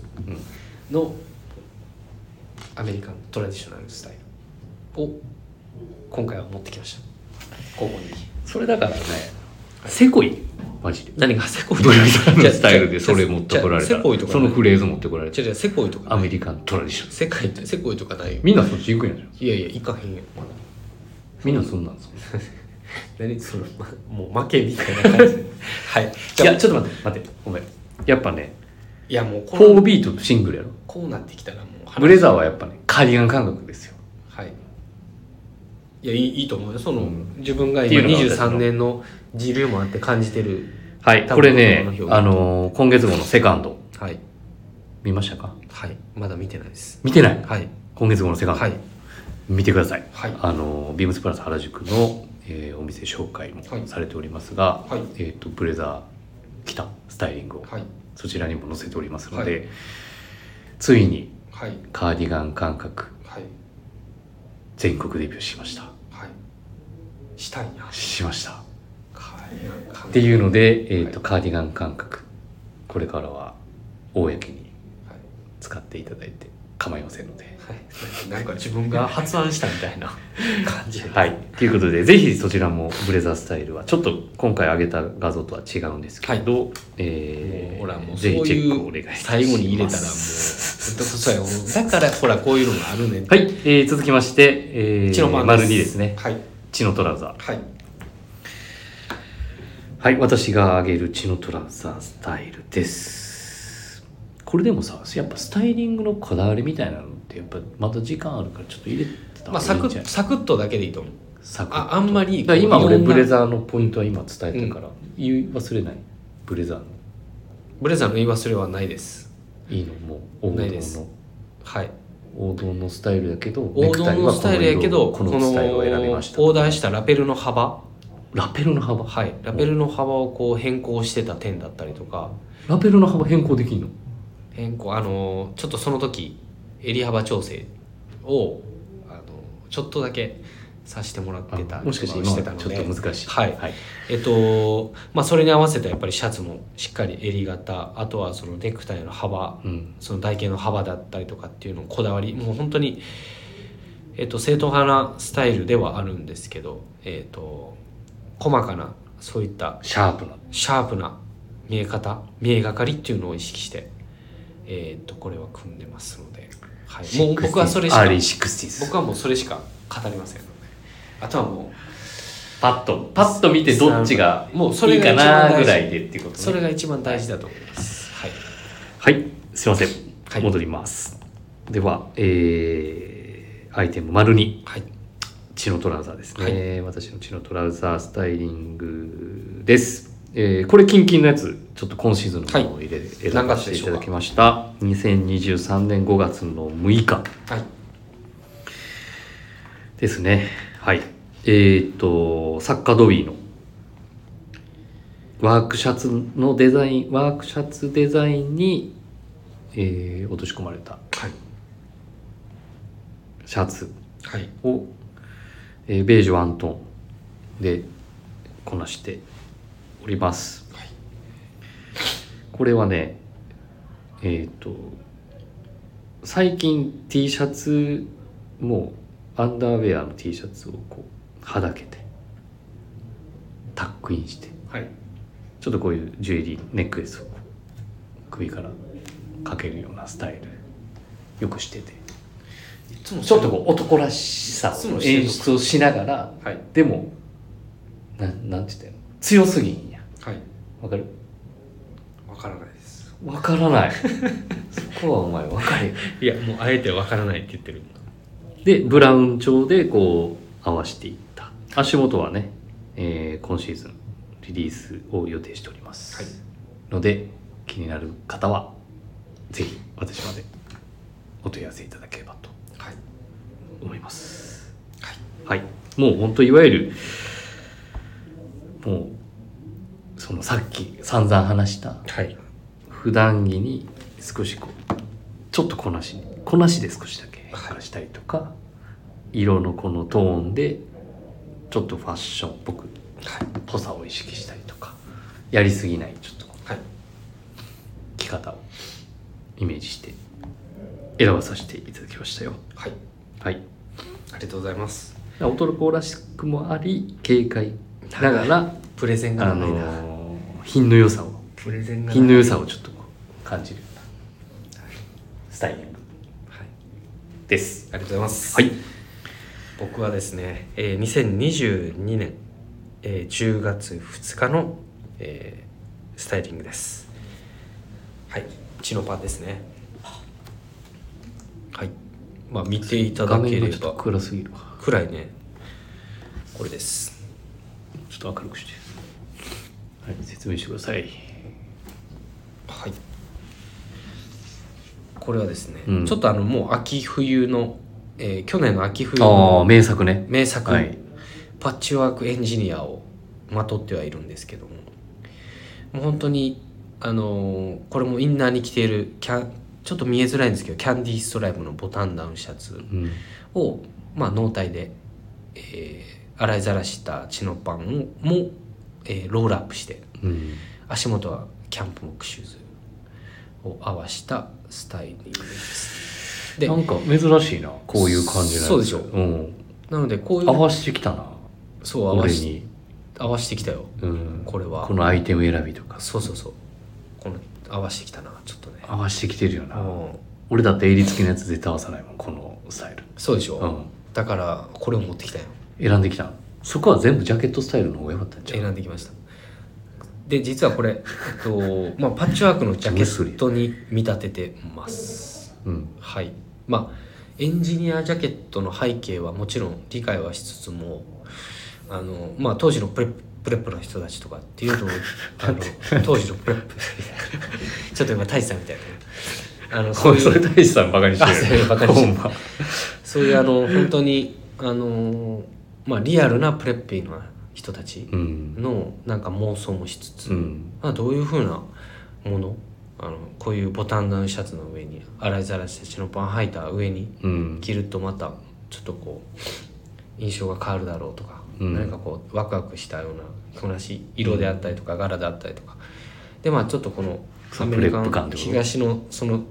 S1: のアメリカントラディショナルスタイルを今回は持ってきましたここに
S2: それだからねせこいマジで
S1: 何がセコイ
S2: ドリブルのスタイルでそれ持ってこられ
S1: じゃ
S2: た
S1: あセコイと
S2: ら
S1: か
S2: そのフレーズ持ってこられ
S1: じ
S2: た
S1: ゃじゃセコイとか
S2: アメリカントラディション
S1: 世界ってセコイとかないよ
S2: みんなそっち行くんやじゃん
S1: いやいや行かへんよ
S2: みんなそんなんです
S1: 何そのまもう負けみたいな感じ はい
S2: い
S1: じゃあ
S2: やちょっと待って待ってごめんやっぱね
S1: いやもうこ
S2: 4
S1: う
S2: ビートとシングルやろ
S1: こうなってきたらもう話
S2: ブレザーはやっぱねカーディガン感覚ですよ
S1: はいいやいいいいと思うよその、
S2: うん
S1: 自分が
S2: ってい
S1: 今
S2: うのが私の
S1: 23年の時流もあって感じてる
S2: はい
S1: 多分
S2: これ
S1: こ
S2: ね
S1: の表現
S2: あのー今月号のセカンド
S1: はい
S2: 見ましたか
S1: はいまだ見てないです
S2: 見てない
S1: はい
S2: 今月号のセカンド、
S1: はい
S2: 見てください、
S1: はい
S2: あのビームスプラス原宿の、えーお店紹介も
S1: はい
S2: されておりますが、
S1: はい
S2: えー、とブレザー着たスタイリングを、
S1: はい
S2: そちらにも載せておりますので、
S1: は
S2: ついに
S1: はい
S2: カーディガン感覚
S1: はい
S2: 全国デビューしました
S1: はいしたいなは
S2: しました
S1: い
S2: っていうので、えーと
S1: は
S2: カーディガン感覚これからは公に
S1: はい
S2: 使っていただいて構いませんので。
S1: はい、なんか自分が発案したみたいな感じ
S2: はい。ということで、ぜひそちらもブレザースタイルは、ちょっと今回上げた画像とは違うんですけど、えー
S1: ほらもうそう
S2: ぜひチェ
S1: い
S2: ックをお願いうします。
S1: 最後に入れたらもうだからほらこういうのがあるね
S2: はい、えー続きまして、えー、
S1: チノパン
S2: 丸2ですね。
S1: はい
S2: チノトラウザ
S1: は
S2: ー。
S1: い
S2: はい、私が上げるチノトラウザースタイルです。これでもさ、やっぱスタイリングのこだわりみたいなのって、やっぱまた時間あるからちょっと入れてた
S1: まあ
S2: 方が
S1: サ
S2: いいん
S1: ク
S2: じゃな
S1: ッ
S2: い
S1: サクッとだけでいいと思う
S2: サクッ
S1: ああんまり
S2: だから今俺
S1: いろんな
S2: ブレザーのポイントは今伝えたから、言い忘れないブレザーの
S1: ブレザーの言い忘れはないです
S2: いいのもう王道
S1: ないです
S2: の
S1: はい
S2: 王道のスタイルやけど
S1: 王道のスタイルやけど
S2: ネクタイはこの色このスタイルを選びました
S1: オーダーしたラペルの幅
S2: ラペルの幅
S1: はいラペルの幅をこう変更してた点だったりとか
S2: ラペルの幅変更できんの
S1: 変更あのーちょっとその時襟幅調整をあのちょっとだけさせてもらってた
S2: あもしかして
S1: して
S2: 今
S1: た
S2: は
S1: の
S2: ちょっ
S1: で
S2: と難しい
S1: はい
S2: はい、
S1: えっとまあそれに合わせたやっぱりシャツもしっかり襟型あとはそのネクタイの幅
S2: うん、
S1: その台形の幅だったりとかっていうのをこだわりもう本当にえっと正統派なスタイルではあるんですけどえっと細かなそういった
S2: シャープな
S1: シャープな見え方見えがかりっていうのを意識して、えー、とこれは組んでますので、はい、もう僕はそれしか
S2: R60
S1: 僕はもうそれしか語りませんのであとはも
S2: パッとパッと見てどっちが
S1: もうそ
S2: い
S1: れ
S2: い
S1: が
S2: か
S1: 一番大事
S2: なぐらいでっていうこ
S1: う
S2: と
S1: そ
S2: ね
S1: れが一番大事だと思います、はい、
S2: はいすいません、
S1: はい
S2: 戻りますではえー、アイテム丸2
S1: はい、
S2: チノトラウザーですね、私のチノトラウザースタイリングです、えーこれキンキンのやつちょっと今シーズンのものを入れ、選
S1: 何
S2: ば
S1: 月
S2: せ
S1: で
S2: てい
S1: しょ
S2: た
S1: う
S2: だ
S1: か
S2: きました2023年5月の6日
S1: はい、
S2: ですねはいえーっとサッカードビーのワークシャツのデザインワークシャツデザインに、えー落とし込まれた
S1: はい
S2: シャツ
S1: はい
S2: を、えーベージュワントーンでこなしております、
S1: はい
S2: これはねえっ、と最近 T シャツもうアンダーウェアの T シャツをこうはだけてタックインして
S1: はい
S2: ちょっとこういうジュエリーネックレスを首からかけるようなスタイルよくしてて
S1: いつも
S2: ちょっとこう男らしさを演出をしながら
S1: はい
S2: でもなんなんて言ったらいいの強すぎんや
S1: はい
S2: わかる
S1: わからないです
S2: わからない そこはお前わかれよ
S1: いやもうあえてわからないって言ってる
S2: でブラウン調でこう合わせていった足元はね、えー今シーズンリリースを予定しております、
S1: はい
S2: ので気になる方はぜひ私までお問い合わせいただければと
S1: はい
S2: 思いますはい、もう本当いわゆるもうそのさっき散々話した
S1: はい
S2: 普段着に少しこうちょっとこなしにこなしで少しだけ変化したりとか、色のこのトーンでちょっとファッションっぽくっ
S1: はい
S2: ぽさを意識したりとかやりすぎないちょっとこう
S1: はい
S2: 着方をイメージして選ばさせていただきましたよ
S1: はい
S2: はい
S1: ありがとうございます
S2: 男らしくもあり軽快ながら、
S1: プレゼンが
S2: あ
S1: ないな、
S2: のー品の良さを
S1: プレゼンがない
S2: 品の良さをちょっとこう感じるスタイリング
S1: はい
S2: です
S1: ありがとうございます
S2: はい
S1: 僕はですね、えー、2022年、えー10月2日の、えースタイリングですはいチノパンですねはいまあ見ていた
S2: 画
S1: だけ
S2: 面が
S1: れ
S2: ちょっと
S1: ば
S2: 暗すぎるわ
S1: くらいねこれです
S2: ちょっと明るくしてはい説明してください
S1: はいこれはですね、
S2: うん
S1: ちょっとあのもう秋冬の、えー去年の秋冬
S2: ああ
S1: の
S2: 名作ね
S1: 名作、
S2: はい
S1: パッチワークエンジニアをまとってはいるんですけどももう本当にあのーこれもインナーに着ているキャンちょっと見えづらいんですけどキャンディーストライプのボタンダウンシャツ
S2: うん
S1: を、まあ、脳体で、えー洗いざらしたチノパンをも、えーロールアップして
S2: うん
S1: 足元はキャンプモックシューズを合わしたスタイリングですで
S2: なんか珍しいなこういう感じのやつ
S1: そうでしょ
S2: うん
S1: なのでこういう
S2: 合わしてきたな
S1: そう合わ
S2: 俺
S1: し
S2: に
S1: 合わしてきたよ
S2: うん
S1: これは
S2: このアイテム選びとか
S1: そうそうそうこの合わしてきたなちょっとね
S2: 合わしてきてるよ
S1: う
S2: なん俺だって襟付きのやつ絶対合わさないもんこのスタイル
S1: そうでしょ、
S2: うん
S1: だからこれを持ってきたよ
S2: 選んできたそこは全部ジャケットスタイルの方が良かったんじゃ
S1: 選
S2: ん
S1: んできましたで実はこれ、えっと まあ、パッチワークのジャケットに見立ててます
S2: うん
S1: はいまあエンジニアジャケットの背景はもちろん理解はしつつもあの、まあ、当時のプレプレップの人たちとかっていうのをあの当時のプレ ップちょっと今大志さんみたいなあの
S2: こ
S1: そう
S2: れそ
S1: い
S2: れ
S1: う
S2: 大志さんバカにしてる
S1: あそうバカにしてる
S2: ほんま
S1: そういうあの本当にあの、まあ、リアルなプレッピーな人たち
S2: うん
S1: のなんか妄想もしつつ、
S2: うん
S1: まあ、どういうふうなものあのこういうボタンダウンシャツの上に洗いざらしてチノパン履いた上に
S2: うん
S1: 着るとまたちょっとこう印象が変わるだろうとか、
S2: うん
S1: 何かこうワクワクしたような着こなし色であったりとか柄であったりとかでまあちょっとこの
S2: そ
S1: ア
S2: う
S1: メリカ
S2: プレップ感っ
S1: の
S2: てこと
S1: 東のその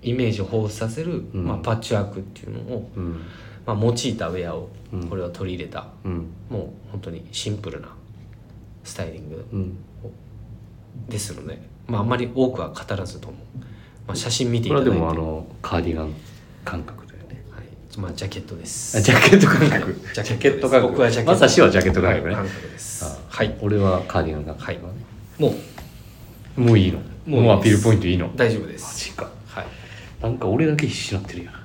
S1: イメージを彷彿させる、
S2: うん
S1: まあ、パッチワークっていうのを、
S2: うん
S1: まあ、用いたウェアを
S2: うん
S1: これは取り入れた、
S2: うん
S1: もう本当にシンプルなスタイリング
S2: うん
S1: ですので、まあ、あんまり多くは語らずとも、まあ、写真見てい
S2: こ
S1: た
S2: れ
S1: だ
S2: はい
S1: て
S2: でもあのカーディガン感覚だよね
S1: はいまあ、ジャケットです
S2: あ ジャケット感覚
S1: ジャケット感覚
S2: 僕はジャケットまさしはジャケット感覚ね
S1: 感覚です
S2: あ
S1: はい
S2: 俺はカーディガン感覚
S1: はい
S2: だね
S1: もう
S2: もういいの
S1: もういいです
S2: もうアピールポイントいいの
S1: 大丈夫で
S2: マ
S1: す
S2: ジか
S1: はい
S2: なんか俺だけ必死になってるよな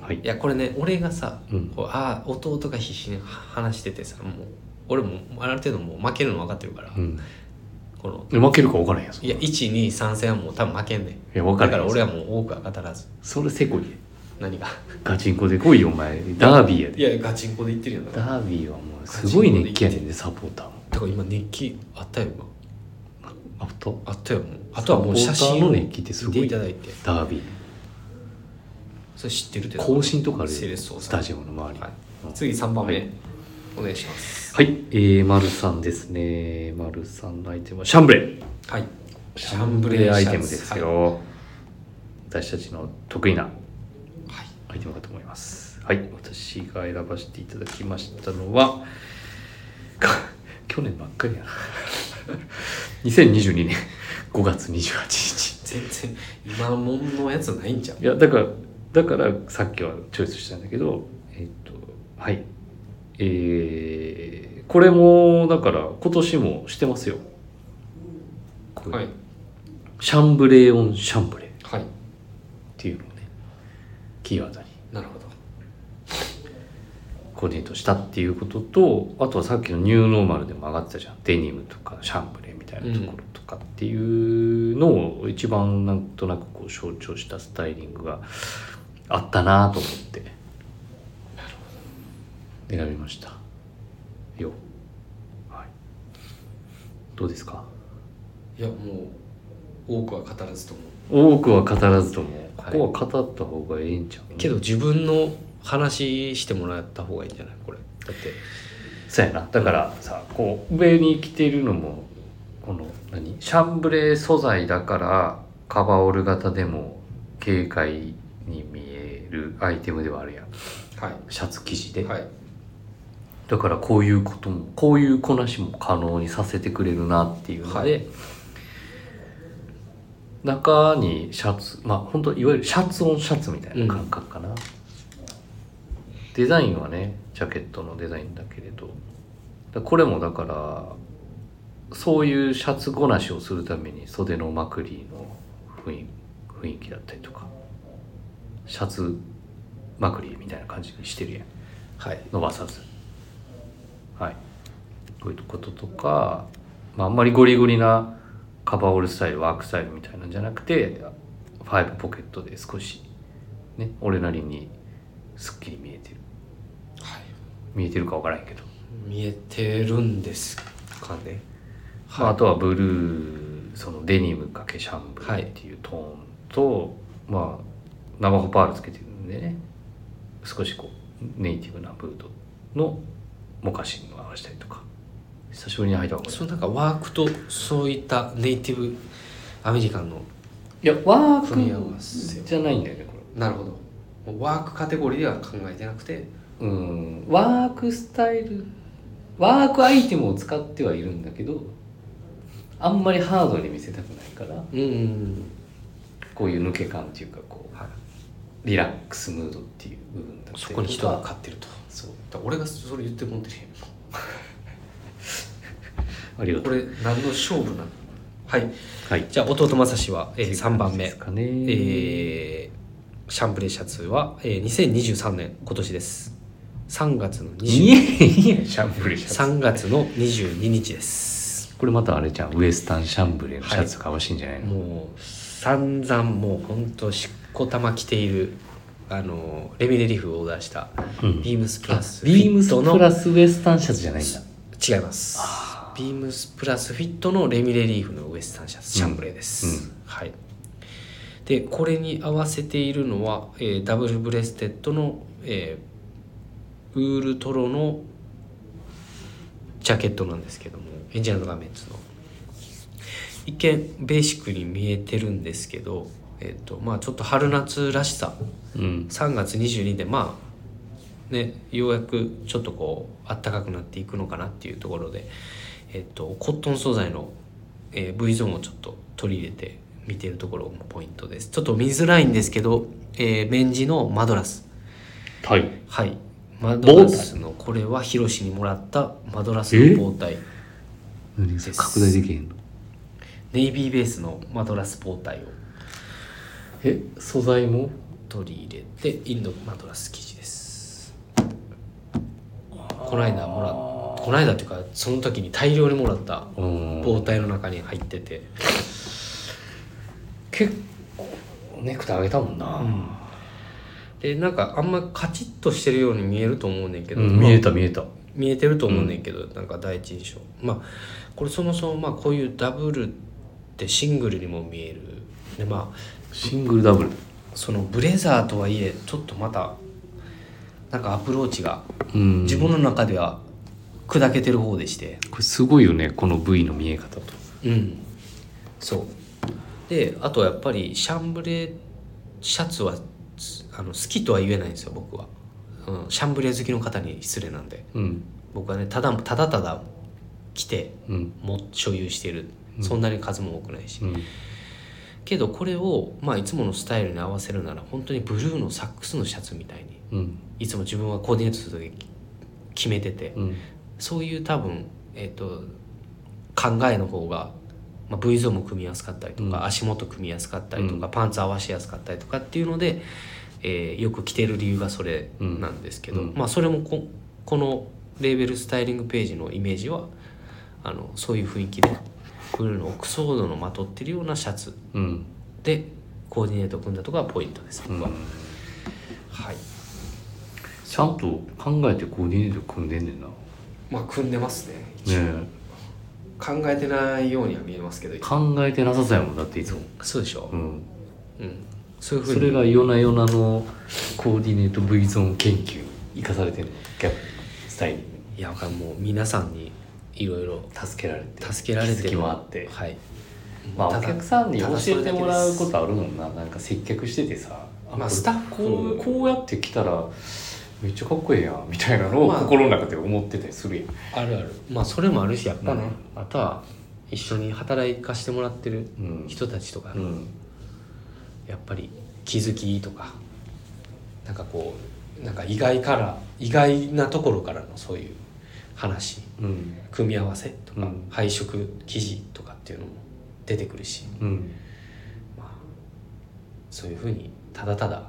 S2: はい
S1: いやこれね俺がさ、
S2: うん
S1: こうああ弟が必死に話しててさもう俺もある程度もう負けるの分かってるから、
S2: うん
S1: この
S2: 負けるか分からへんやんそん
S1: い
S2: な
S1: や123戦はもう多分負けんね
S2: いや分
S1: ん
S2: か
S1: だか
S2: らへん
S1: ら俺はもう多くは語らず
S2: それせこいで
S1: 何 が
S2: ガチンコで来いよお前ダービーやで
S1: いやガチンコで言ってるよだか
S2: ダービーはもうすごい熱気やねんでサポーターも
S1: ら今熱気あったよ今
S2: あと
S1: あったよもうあとはもう写真
S2: サポーター
S1: を
S2: の熱気ってすごい
S1: 見ていただいて
S2: ダービー
S1: それ知ってるって
S2: 更新とかある
S1: セレ
S2: よ
S1: ッソ大阪
S2: スタジオの周り
S1: はい
S2: うん
S1: 次3番目、
S2: はい
S1: お願いします
S2: はい、えー、丸さんですね。丸さんのアイテムはシャンブレ。
S1: はい
S2: シャンブレアイテムですよ。私たちの得意な
S1: はい
S2: アイテムかと思います。はい、私が選ばせていただきましたのは、か去年ばっかりやな。2022年5月28日。
S1: 全然今もんのやつないんじゃん
S2: いや、だから、だからさっきはチョイスしたんだけど、えっ、と、はい。えー、これも、だから今年もしてますよ。これ
S1: はい
S2: シャンブレーオンシャンブレーっ
S1: はい
S2: ていうのをねキーワードに
S1: なるほど
S2: コーディネートしたっていうこととあとはさっきのニューノーマルでも上がってたじゃんデニムとかシャンブレーみたいなところとかっていうのを一番なんとなくこう象徴したスタイリングがあったなと思って選びましたよ、はいどうですか
S1: いやもう多くは語らずとも
S2: 多くは語らずともこ
S1: はい
S2: こは語った方がええんちゃう、
S1: けど自分の話してもらった方がいいんじゃないこれだって
S2: そうやなだからさこう上に着てるのもこの何シャンブレー素材だからカバーオル型でも軽快に見えるアイテムではあるやん
S1: はい
S2: シャツ生地で、
S1: はい
S2: だからこういうこともこういうこなしも可能にさせてくれるなっていうので、
S1: は
S2: 中にシャツまあ本当いわゆるシャツオンシャツみたいな感覚かな、デザインはねジャケットのデザインだけれどだこれもだからそういうシャツごなしをするために袖のまくりの雰囲雰囲気だったりとかシャツまくりみたいな感じにしてるやん
S1: はい
S2: 伸ばさずはいこういうこととか、まあ、あんまりゴリゴリなカバーオールスタイルワークスタイルみたいなんじゃなくてファイブポケットで少しね俺なりにすっきり見えてる
S1: はい
S2: 見えてるか分からへんけど、
S1: 見えてるんですかね
S2: まあ、あとはブルーそのデニムかけシャンブルーっていうトーンと、まあ生ホパールつけてるんでね少しこうネイティブなブードのモカシンを合わせたりとか久しぶりに履いたわこれ
S1: そうなんかワークとそういったネイティブアメリカンの
S2: いやワー
S1: 組み合わせ
S2: クじゃないんだよねこ
S1: なるほどワークカテゴリーでは考えてなくて
S2: れうんワークスタイルワークアイテムを使ってはいるんだけどあんまりハードに見せたくないから
S1: うんうん
S2: こういう抜け感っていうかこう、
S1: はい
S2: リラックスムードっていう部分だったりとか
S1: そこに人が勝ってると
S2: そう
S1: だから俺がそれ言ってもんてる
S2: あり
S1: や
S2: が
S1: ん
S2: と
S1: こ
S2: う
S1: れ何の勝負なのはい
S2: はい
S1: じゃあ弟正志は、えー、3番
S2: で
S1: 目
S2: すかね
S1: えーシャンブレーシャツは、えー、2023年今年です3月の
S2: い
S1: 20
S2: やいやシャンブレーシャツ
S1: 3月の22日です
S2: これまたあれじゃんウエスタンシャンブレーのシャツかわしいんじゃないの、
S1: もう散々もうほんとしっこたま着ているあのレミレリフをオーダーした
S2: うん
S1: ビームスプラス
S2: ビームス
S1: フィットの
S2: プラスウエスタンシャツじゃないんだ
S1: 違いますビームスプラスフィットのレミレリーフのウエスタンシャツシャンブレーです、
S2: うん
S1: はいでこれに合わせているのは、えーダブルブレステッドの、えーウールトロのジャケットなんですけどもエンジニアードガーメンツの一見ベーシックに見えてるんですけど、えーとまあ、ちょっと春夏らしさ
S2: うん
S1: 3月22でまあねようやくちょっとこうあったかくなっていくのかなっていうところで、えっと、コットン素材の、えー V ゾーンをちょっと取り入れて見てるところもポイントですちょっと見づらいんですけど、えーメンジのマドラス
S2: はい
S1: はいマドラスのこれはヒロシにもらったマドラスの包帯
S2: 何それ拡大できへんの
S1: ネイビーベースのマドラス包帯を
S2: え素材も
S1: 取り入れてインドマドラス生地ですこの間もらこの間っていうかその時に大量にもらった
S2: うん
S1: 包帯の中に入ってて、
S2: 結構ネクタイあげたもんな、
S1: でなんかあんまカチッとしてるように見えると思うねんけど、
S2: うん
S1: まあ
S2: 見えた見えた
S1: 見えてると思うねんけど、なんか第一印象まあこれそもそもまあこういうダブルってシングルにも見えるでまあ
S2: シングルダブル
S1: そのブレザーとはいえちょっとまたなんかアプローチが
S2: うん
S1: 自分の中では砕けてる方でして
S2: これすごいよねこの V の見え方と
S1: うんそうであとはやっぱりシャンブレーシャツはつあの好きとは言えないんですよ僕は、うん、シャンブレー好きの方に失礼なんで
S2: うん
S1: 僕はねただただただ着て
S2: うん
S1: も所有している
S2: うん
S1: そんなに数も多くないし、
S2: うん
S1: けどこれを、まあ、いつものスタイルに合わせるなら本当にブルーのサックスのシャツみたいに
S2: うん
S1: いつも自分はコーディネートする時決めてて、
S2: うん
S1: そういう多分、えっと考えの方が、まあ、V ゾーンも組みやすかったりとか、
S2: うん
S1: 足元組みやすかったりとか、
S2: う
S1: パンツ合わせやすかったりとかっていうので、えーよく着てる理由がそれなんですけど、
S2: うん
S1: まあ、それもここのレーベルスタイリングページのイメージはあのそういう雰囲気でブルーのオックスフォードのまとってるようなシャツ
S2: うん
S1: でコーディネート組んだとこがポイントです
S2: う
S1: 僕は、
S2: ん
S1: はい
S2: ちゃんと考えてコーディネート組んでんねんなね
S1: まあ組んでますね
S2: え
S1: 考えてないようには見えますけど
S2: 考えてなさそうやもんだっていつも、
S1: そうでしょ
S2: うん、
S1: うんそういうふう
S2: そ
S1: に
S2: れが夜な夜なのコーディネート V ゾーン研究生かされてるギャップスタイルに
S1: いやわかんもう皆さんにいろいろ
S2: 助けられて
S1: 助けられて
S2: 気づきもあって
S1: はい
S2: まあ、お
S1: ただ
S2: 客さんに
S1: た
S2: 教
S1: だそれ
S2: え
S1: だけ
S2: て
S1: です
S2: もらうことあるもんななんか接客しててさ、あ
S1: まあ
S2: これ
S1: スタッフ
S2: こうこうやって来たらめっちゃかっこええやんみたいなのを
S1: まあ
S2: 心の中で思ってたりするやん、
S1: あるあるまあそれもあるしやっぱね、
S2: うん
S1: あとは一緒に働かしてもらってる
S2: うん
S1: 人たちとか、
S2: うん
S1: やっぱり気づきとかなんかこうなんか意外から意外なところからのそういう話
S2: うん
S1: 組み合わせとか、
S2: うん
S1: 配色生地とかっていうのも出てくるし、
S2: うん
S1: まあ、そういうふうにただただ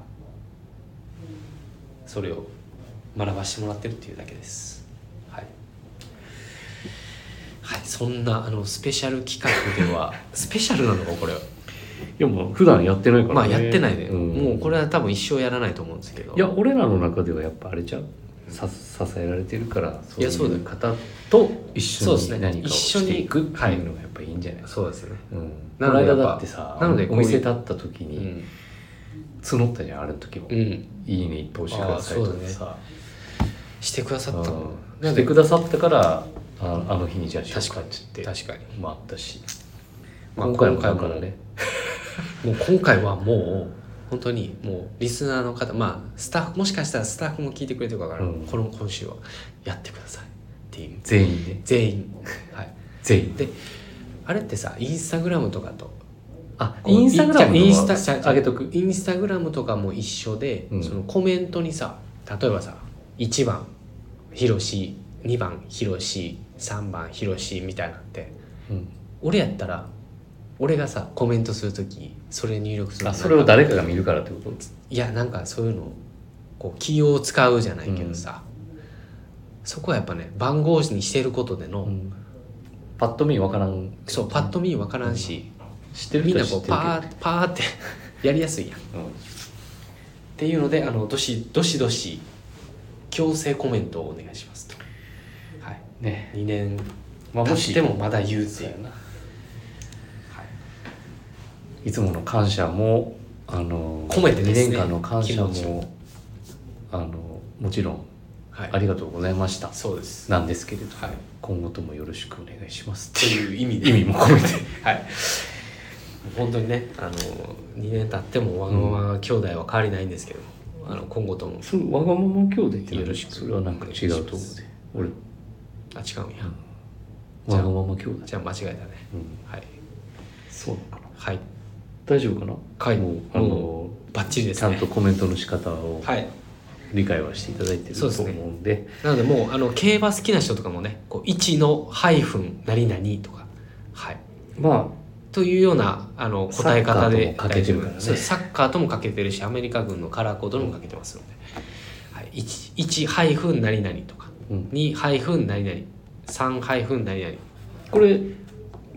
S1: それを学ばしてもらってるっていうだけですはい、はい、そんなあのスペシャル企画ではスペシャルなのかこれは、
S2: いやもう普段やってないか
S1: ま
S2: ら、
S1: あ
S2: ね、
S1: やってないね、
S2: うん
S1: もうこれは多分一生やらないと思うんですけど
S2: いや俺らの中ではやっぱあれちゃうさ支えられてるからそ
S1: いやそう
S2: う
S1: だ
S2: い
S1: よ
S2: う方と一
S1: そう
S2: 緒
S1: ですね
S2: に何かをしていくっていうのがやっぱいいんじゃないですか、
S1: そうですね、
S2: うん、こ
S1: な
S2: の
S1: のでや
S2: 間
S1: っぱ
S2: だってさ
S1: なのでこ
S2: お
S1: ういう
S2: 店立った時
S1: う
S2: に
S1: ん
S2: 募ったじゃんあれの時も、
S1: うん、
S2: いいね一本してくださいとかさ、
S1: してくださったの
S2: うん
S1: な
S2: し
S1: の
S2: て
S1: で
S2: くださったからああの日にじゃあしようかって言って
S1: 確かに、
S2: まああったし、
S1: まあ、
S2: 今回もだからね
S1: もう今回はもう本当にもうリスナーの方まあスタッフもしかしたらスタッフも聞いてくれてるか分からん
S2: うん
S1: この今週はやってくださいっていう
S2: 全員ね
S1: 全員はい
S2: 全員
S1: であれってさインスタグラムとかと
S2: あ
S1: こう
S2: インスタグラムの
S1: インスタじゃじゃ
S2: 上げとく
S1: インスタグラムとかも一緒で、
S2: うん
S1: そのコメントにさ例えばさ1番ひろし2番ひろし3番ひろしみたいなんて
S2: うん
S1: 俺やったら俺がさコメントする時それ入力する
S2: あ
S1: と
S2: それを誰かが見るからってこと
S1: いやなんかそういうのこう気を使うじゃないけどさ、そこはやっぱね番号にしてることでの、
S2: うんパッと見分からん
S1: そうパッと見分からんし、
S2: 知ってる
S1: みん
S2: 人
S1: なこう
S2: は知ってる
S1: パーパー ってやりやすいやんっ
S2: けどうん
S1: ていうのであのどしどしどし強制コメントをお願いしますと、はい、
S2: ね
S1: 2年
S2: まあ
S1: 経
S2: もし
S1: ってもまだ言うって
S2: そう
S1: い
S2: や
S1: う
S2: な、い、つもの感謝もあの
S1: 込めてですね
S2: 2年間の感謝
S1: 気持ちを
S2: もあのもちろん
S1: はい、
S2: ありがとうございました、
S1: そうです
S2: なんですけれど、
S1: はい
S2: 今後ともよろしくお願いします
S1: って
S2: っていう
S1: いう意味で
S2: 意味も込めて
S1: はい本当にねあの2年経ってもわがまま兄弟は変わりないんですけど、あの今後とも
S2: そのわがまま兄弟って
S1: よ
S2: よ
S1: ろ
S2: ろ
S1: し
S2: し
S1: く
S2: くそれはなんか違うと思うで俺
S1: あ違うんや、じゃあ
S2: わがまま兄弟、
S1: じゃあ間違えたね
S2: うん、
S1: はい
S2: そうなのかな
S1: はい
S2: 大丈夫かな
S1: はい
S2: もうあ
S1: も
S2: の
S1: バッチリで
S2: ち
S1: す
S2: ゃ
S1: ね
S2: んとコメントの仕方を
S1: はい
S2: 理解はしていただいてると
S1: そうです
S2: 思う
S1: ね
S2: んで,、
S1: なのでもうあの競馬好きな人とかもねこう1のハイフン何々とかはい
S2: ま
S1: というようなあの答え方で
S2: サッカーともかけてるからね
S1: 大丈夫そうサッカーともかけてるしアメリカ軍のカラーコードにもかけてますので、はい、1, 1ハイフン何々とか
S2: あ、うん、
S1: 2ハイフン何々3ハイフン何々
S2: これ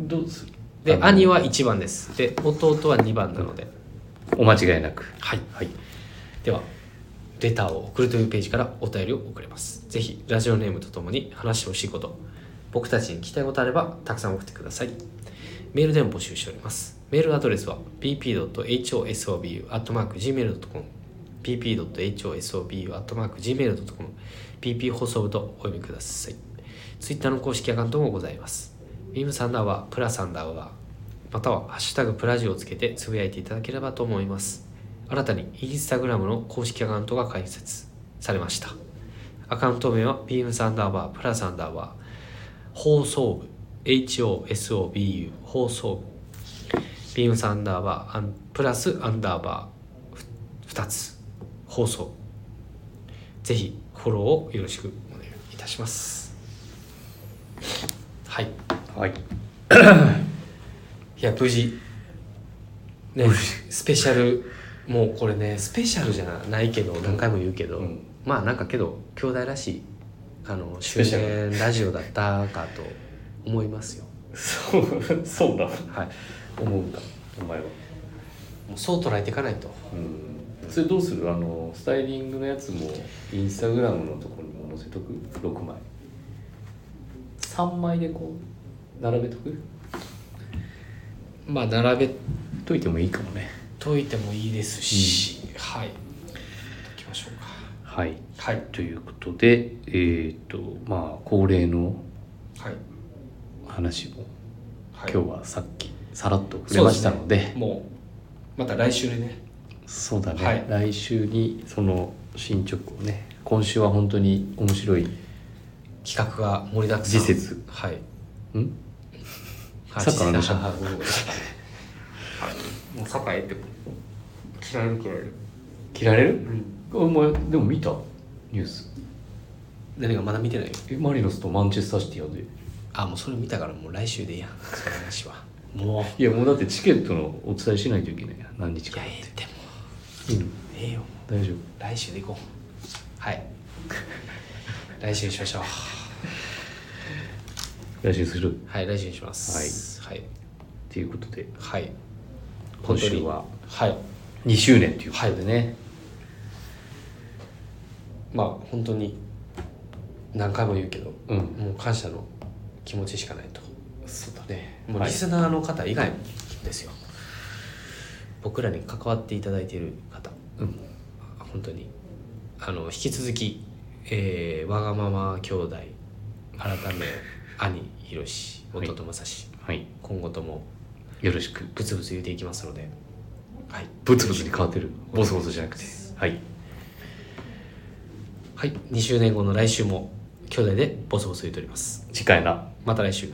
S2: どうする
S1: で
S2: あの
S1: 兄は1番ですで弟は2番なので、
S2: お間違いなく
S1: はい
S2: はい
S1: ではレターを送るというページからお便りを送れますぜひラジオネームとともに話してほしいこと僕たちに聞きたいことあればたくさん送ってくださいメールでも募集しておりますメールアドレスは pp.hosobu.gmail.com pp.hosobu.gmail.com pp 放送部とお読みくださいツイッターの公式アカウントもございますビームサンダーはプラサンダーはまたは「ハッシュタグプラジ」をつけてつぶやいていただければと思います新たにインスタグラムの公式アカウントが開設されましたアカウント名はビームサンダーバープラサンダーバー放送部 HOSOBU 放送部ビームサンダーバーアンプラスアンダーバー2つ放送ぜひフォローをよろしくお願いいたしますはい
S2: はい
S1: いや無事ねスペシャルもうこれねスペシャルじゃないけど何回も言うけど、
S2: うん
S1: まあなんかけど兄弟らしいあの周
S2: ペシャル
S1: 年ラジオだったかと思いますよ
S2: そうそうだ
S1: はい
S2: 思うんだお前は
S1: もうそう捉えていかないと
S2: うんそれどうするあのスタイリングのやつもインスタグラムのところにも載せとく6枚3枚でこう並べとく
S1: まあ並べ
S2: といてもいいかもね
S1: といてもいいですし、はいいきましょうか
S2: はい
S1: はい
S2: ということでえーっとまあ恒例の
S1: はい、
S2: 話も
S1: はい、
S2: 今日はさっきさらっと触れましたので
S1: もうまた来週でね
S2: そうだね、
S1: はい
S2: 来週にその進捗をね今週は本当に面白い
S1: 企画が盛りだくさん
S2: 時節
S1: はい
S2: んサッカーの話
S1: はいごめんなさい
S3: もう酒井って嫌いる嫌いる
S2: 切られる、お前でも見たニュース
S1: 何がまだ見てないよ
S2: えマリノスとマンチェスターシティやで
S1: あもうそれ見たからもう来週でいいやその話はもう
S2: いやもうだってチケットのお伝えしないといけないやん何日
S1: い
S2: か
S1: や
S2: って
S1: ええでも
S2: いいの
S1: ええよ
S2: 大丈夫
S1: 来週で行こうはい来週にしましょう
S2: 来週するっ
S1: はい来週にしますはい
S2: ていうことで
S1: はい、はい、
S2: 今週は
S1: はい
S2: 2周年ということでね、
S1: まあ本当に何回も言うけど、
S2: うん
S1: もう感謝の気持ちしかないと
S2: そうだね
S1: もう
S2: は
S1: リ
S2: い、
S1: スナーの方以外もですよ、僕らに関わっていただいている方
S2: うん、
S1: 本当にあの引き続き、えーわがまま兄弟改め兄ひろし
S2: はい
S1: 弟まさし、
S2: はい、
S1: 今後とも
S2: よろしく
S1: ブツブツ言うていきますのではい
S2: ブツブツに変わってるボソボソじゃなくてはい
S1: はい2周年後の来週も兄弟でボソボソ言うております
S2: 次回な
S1: また来週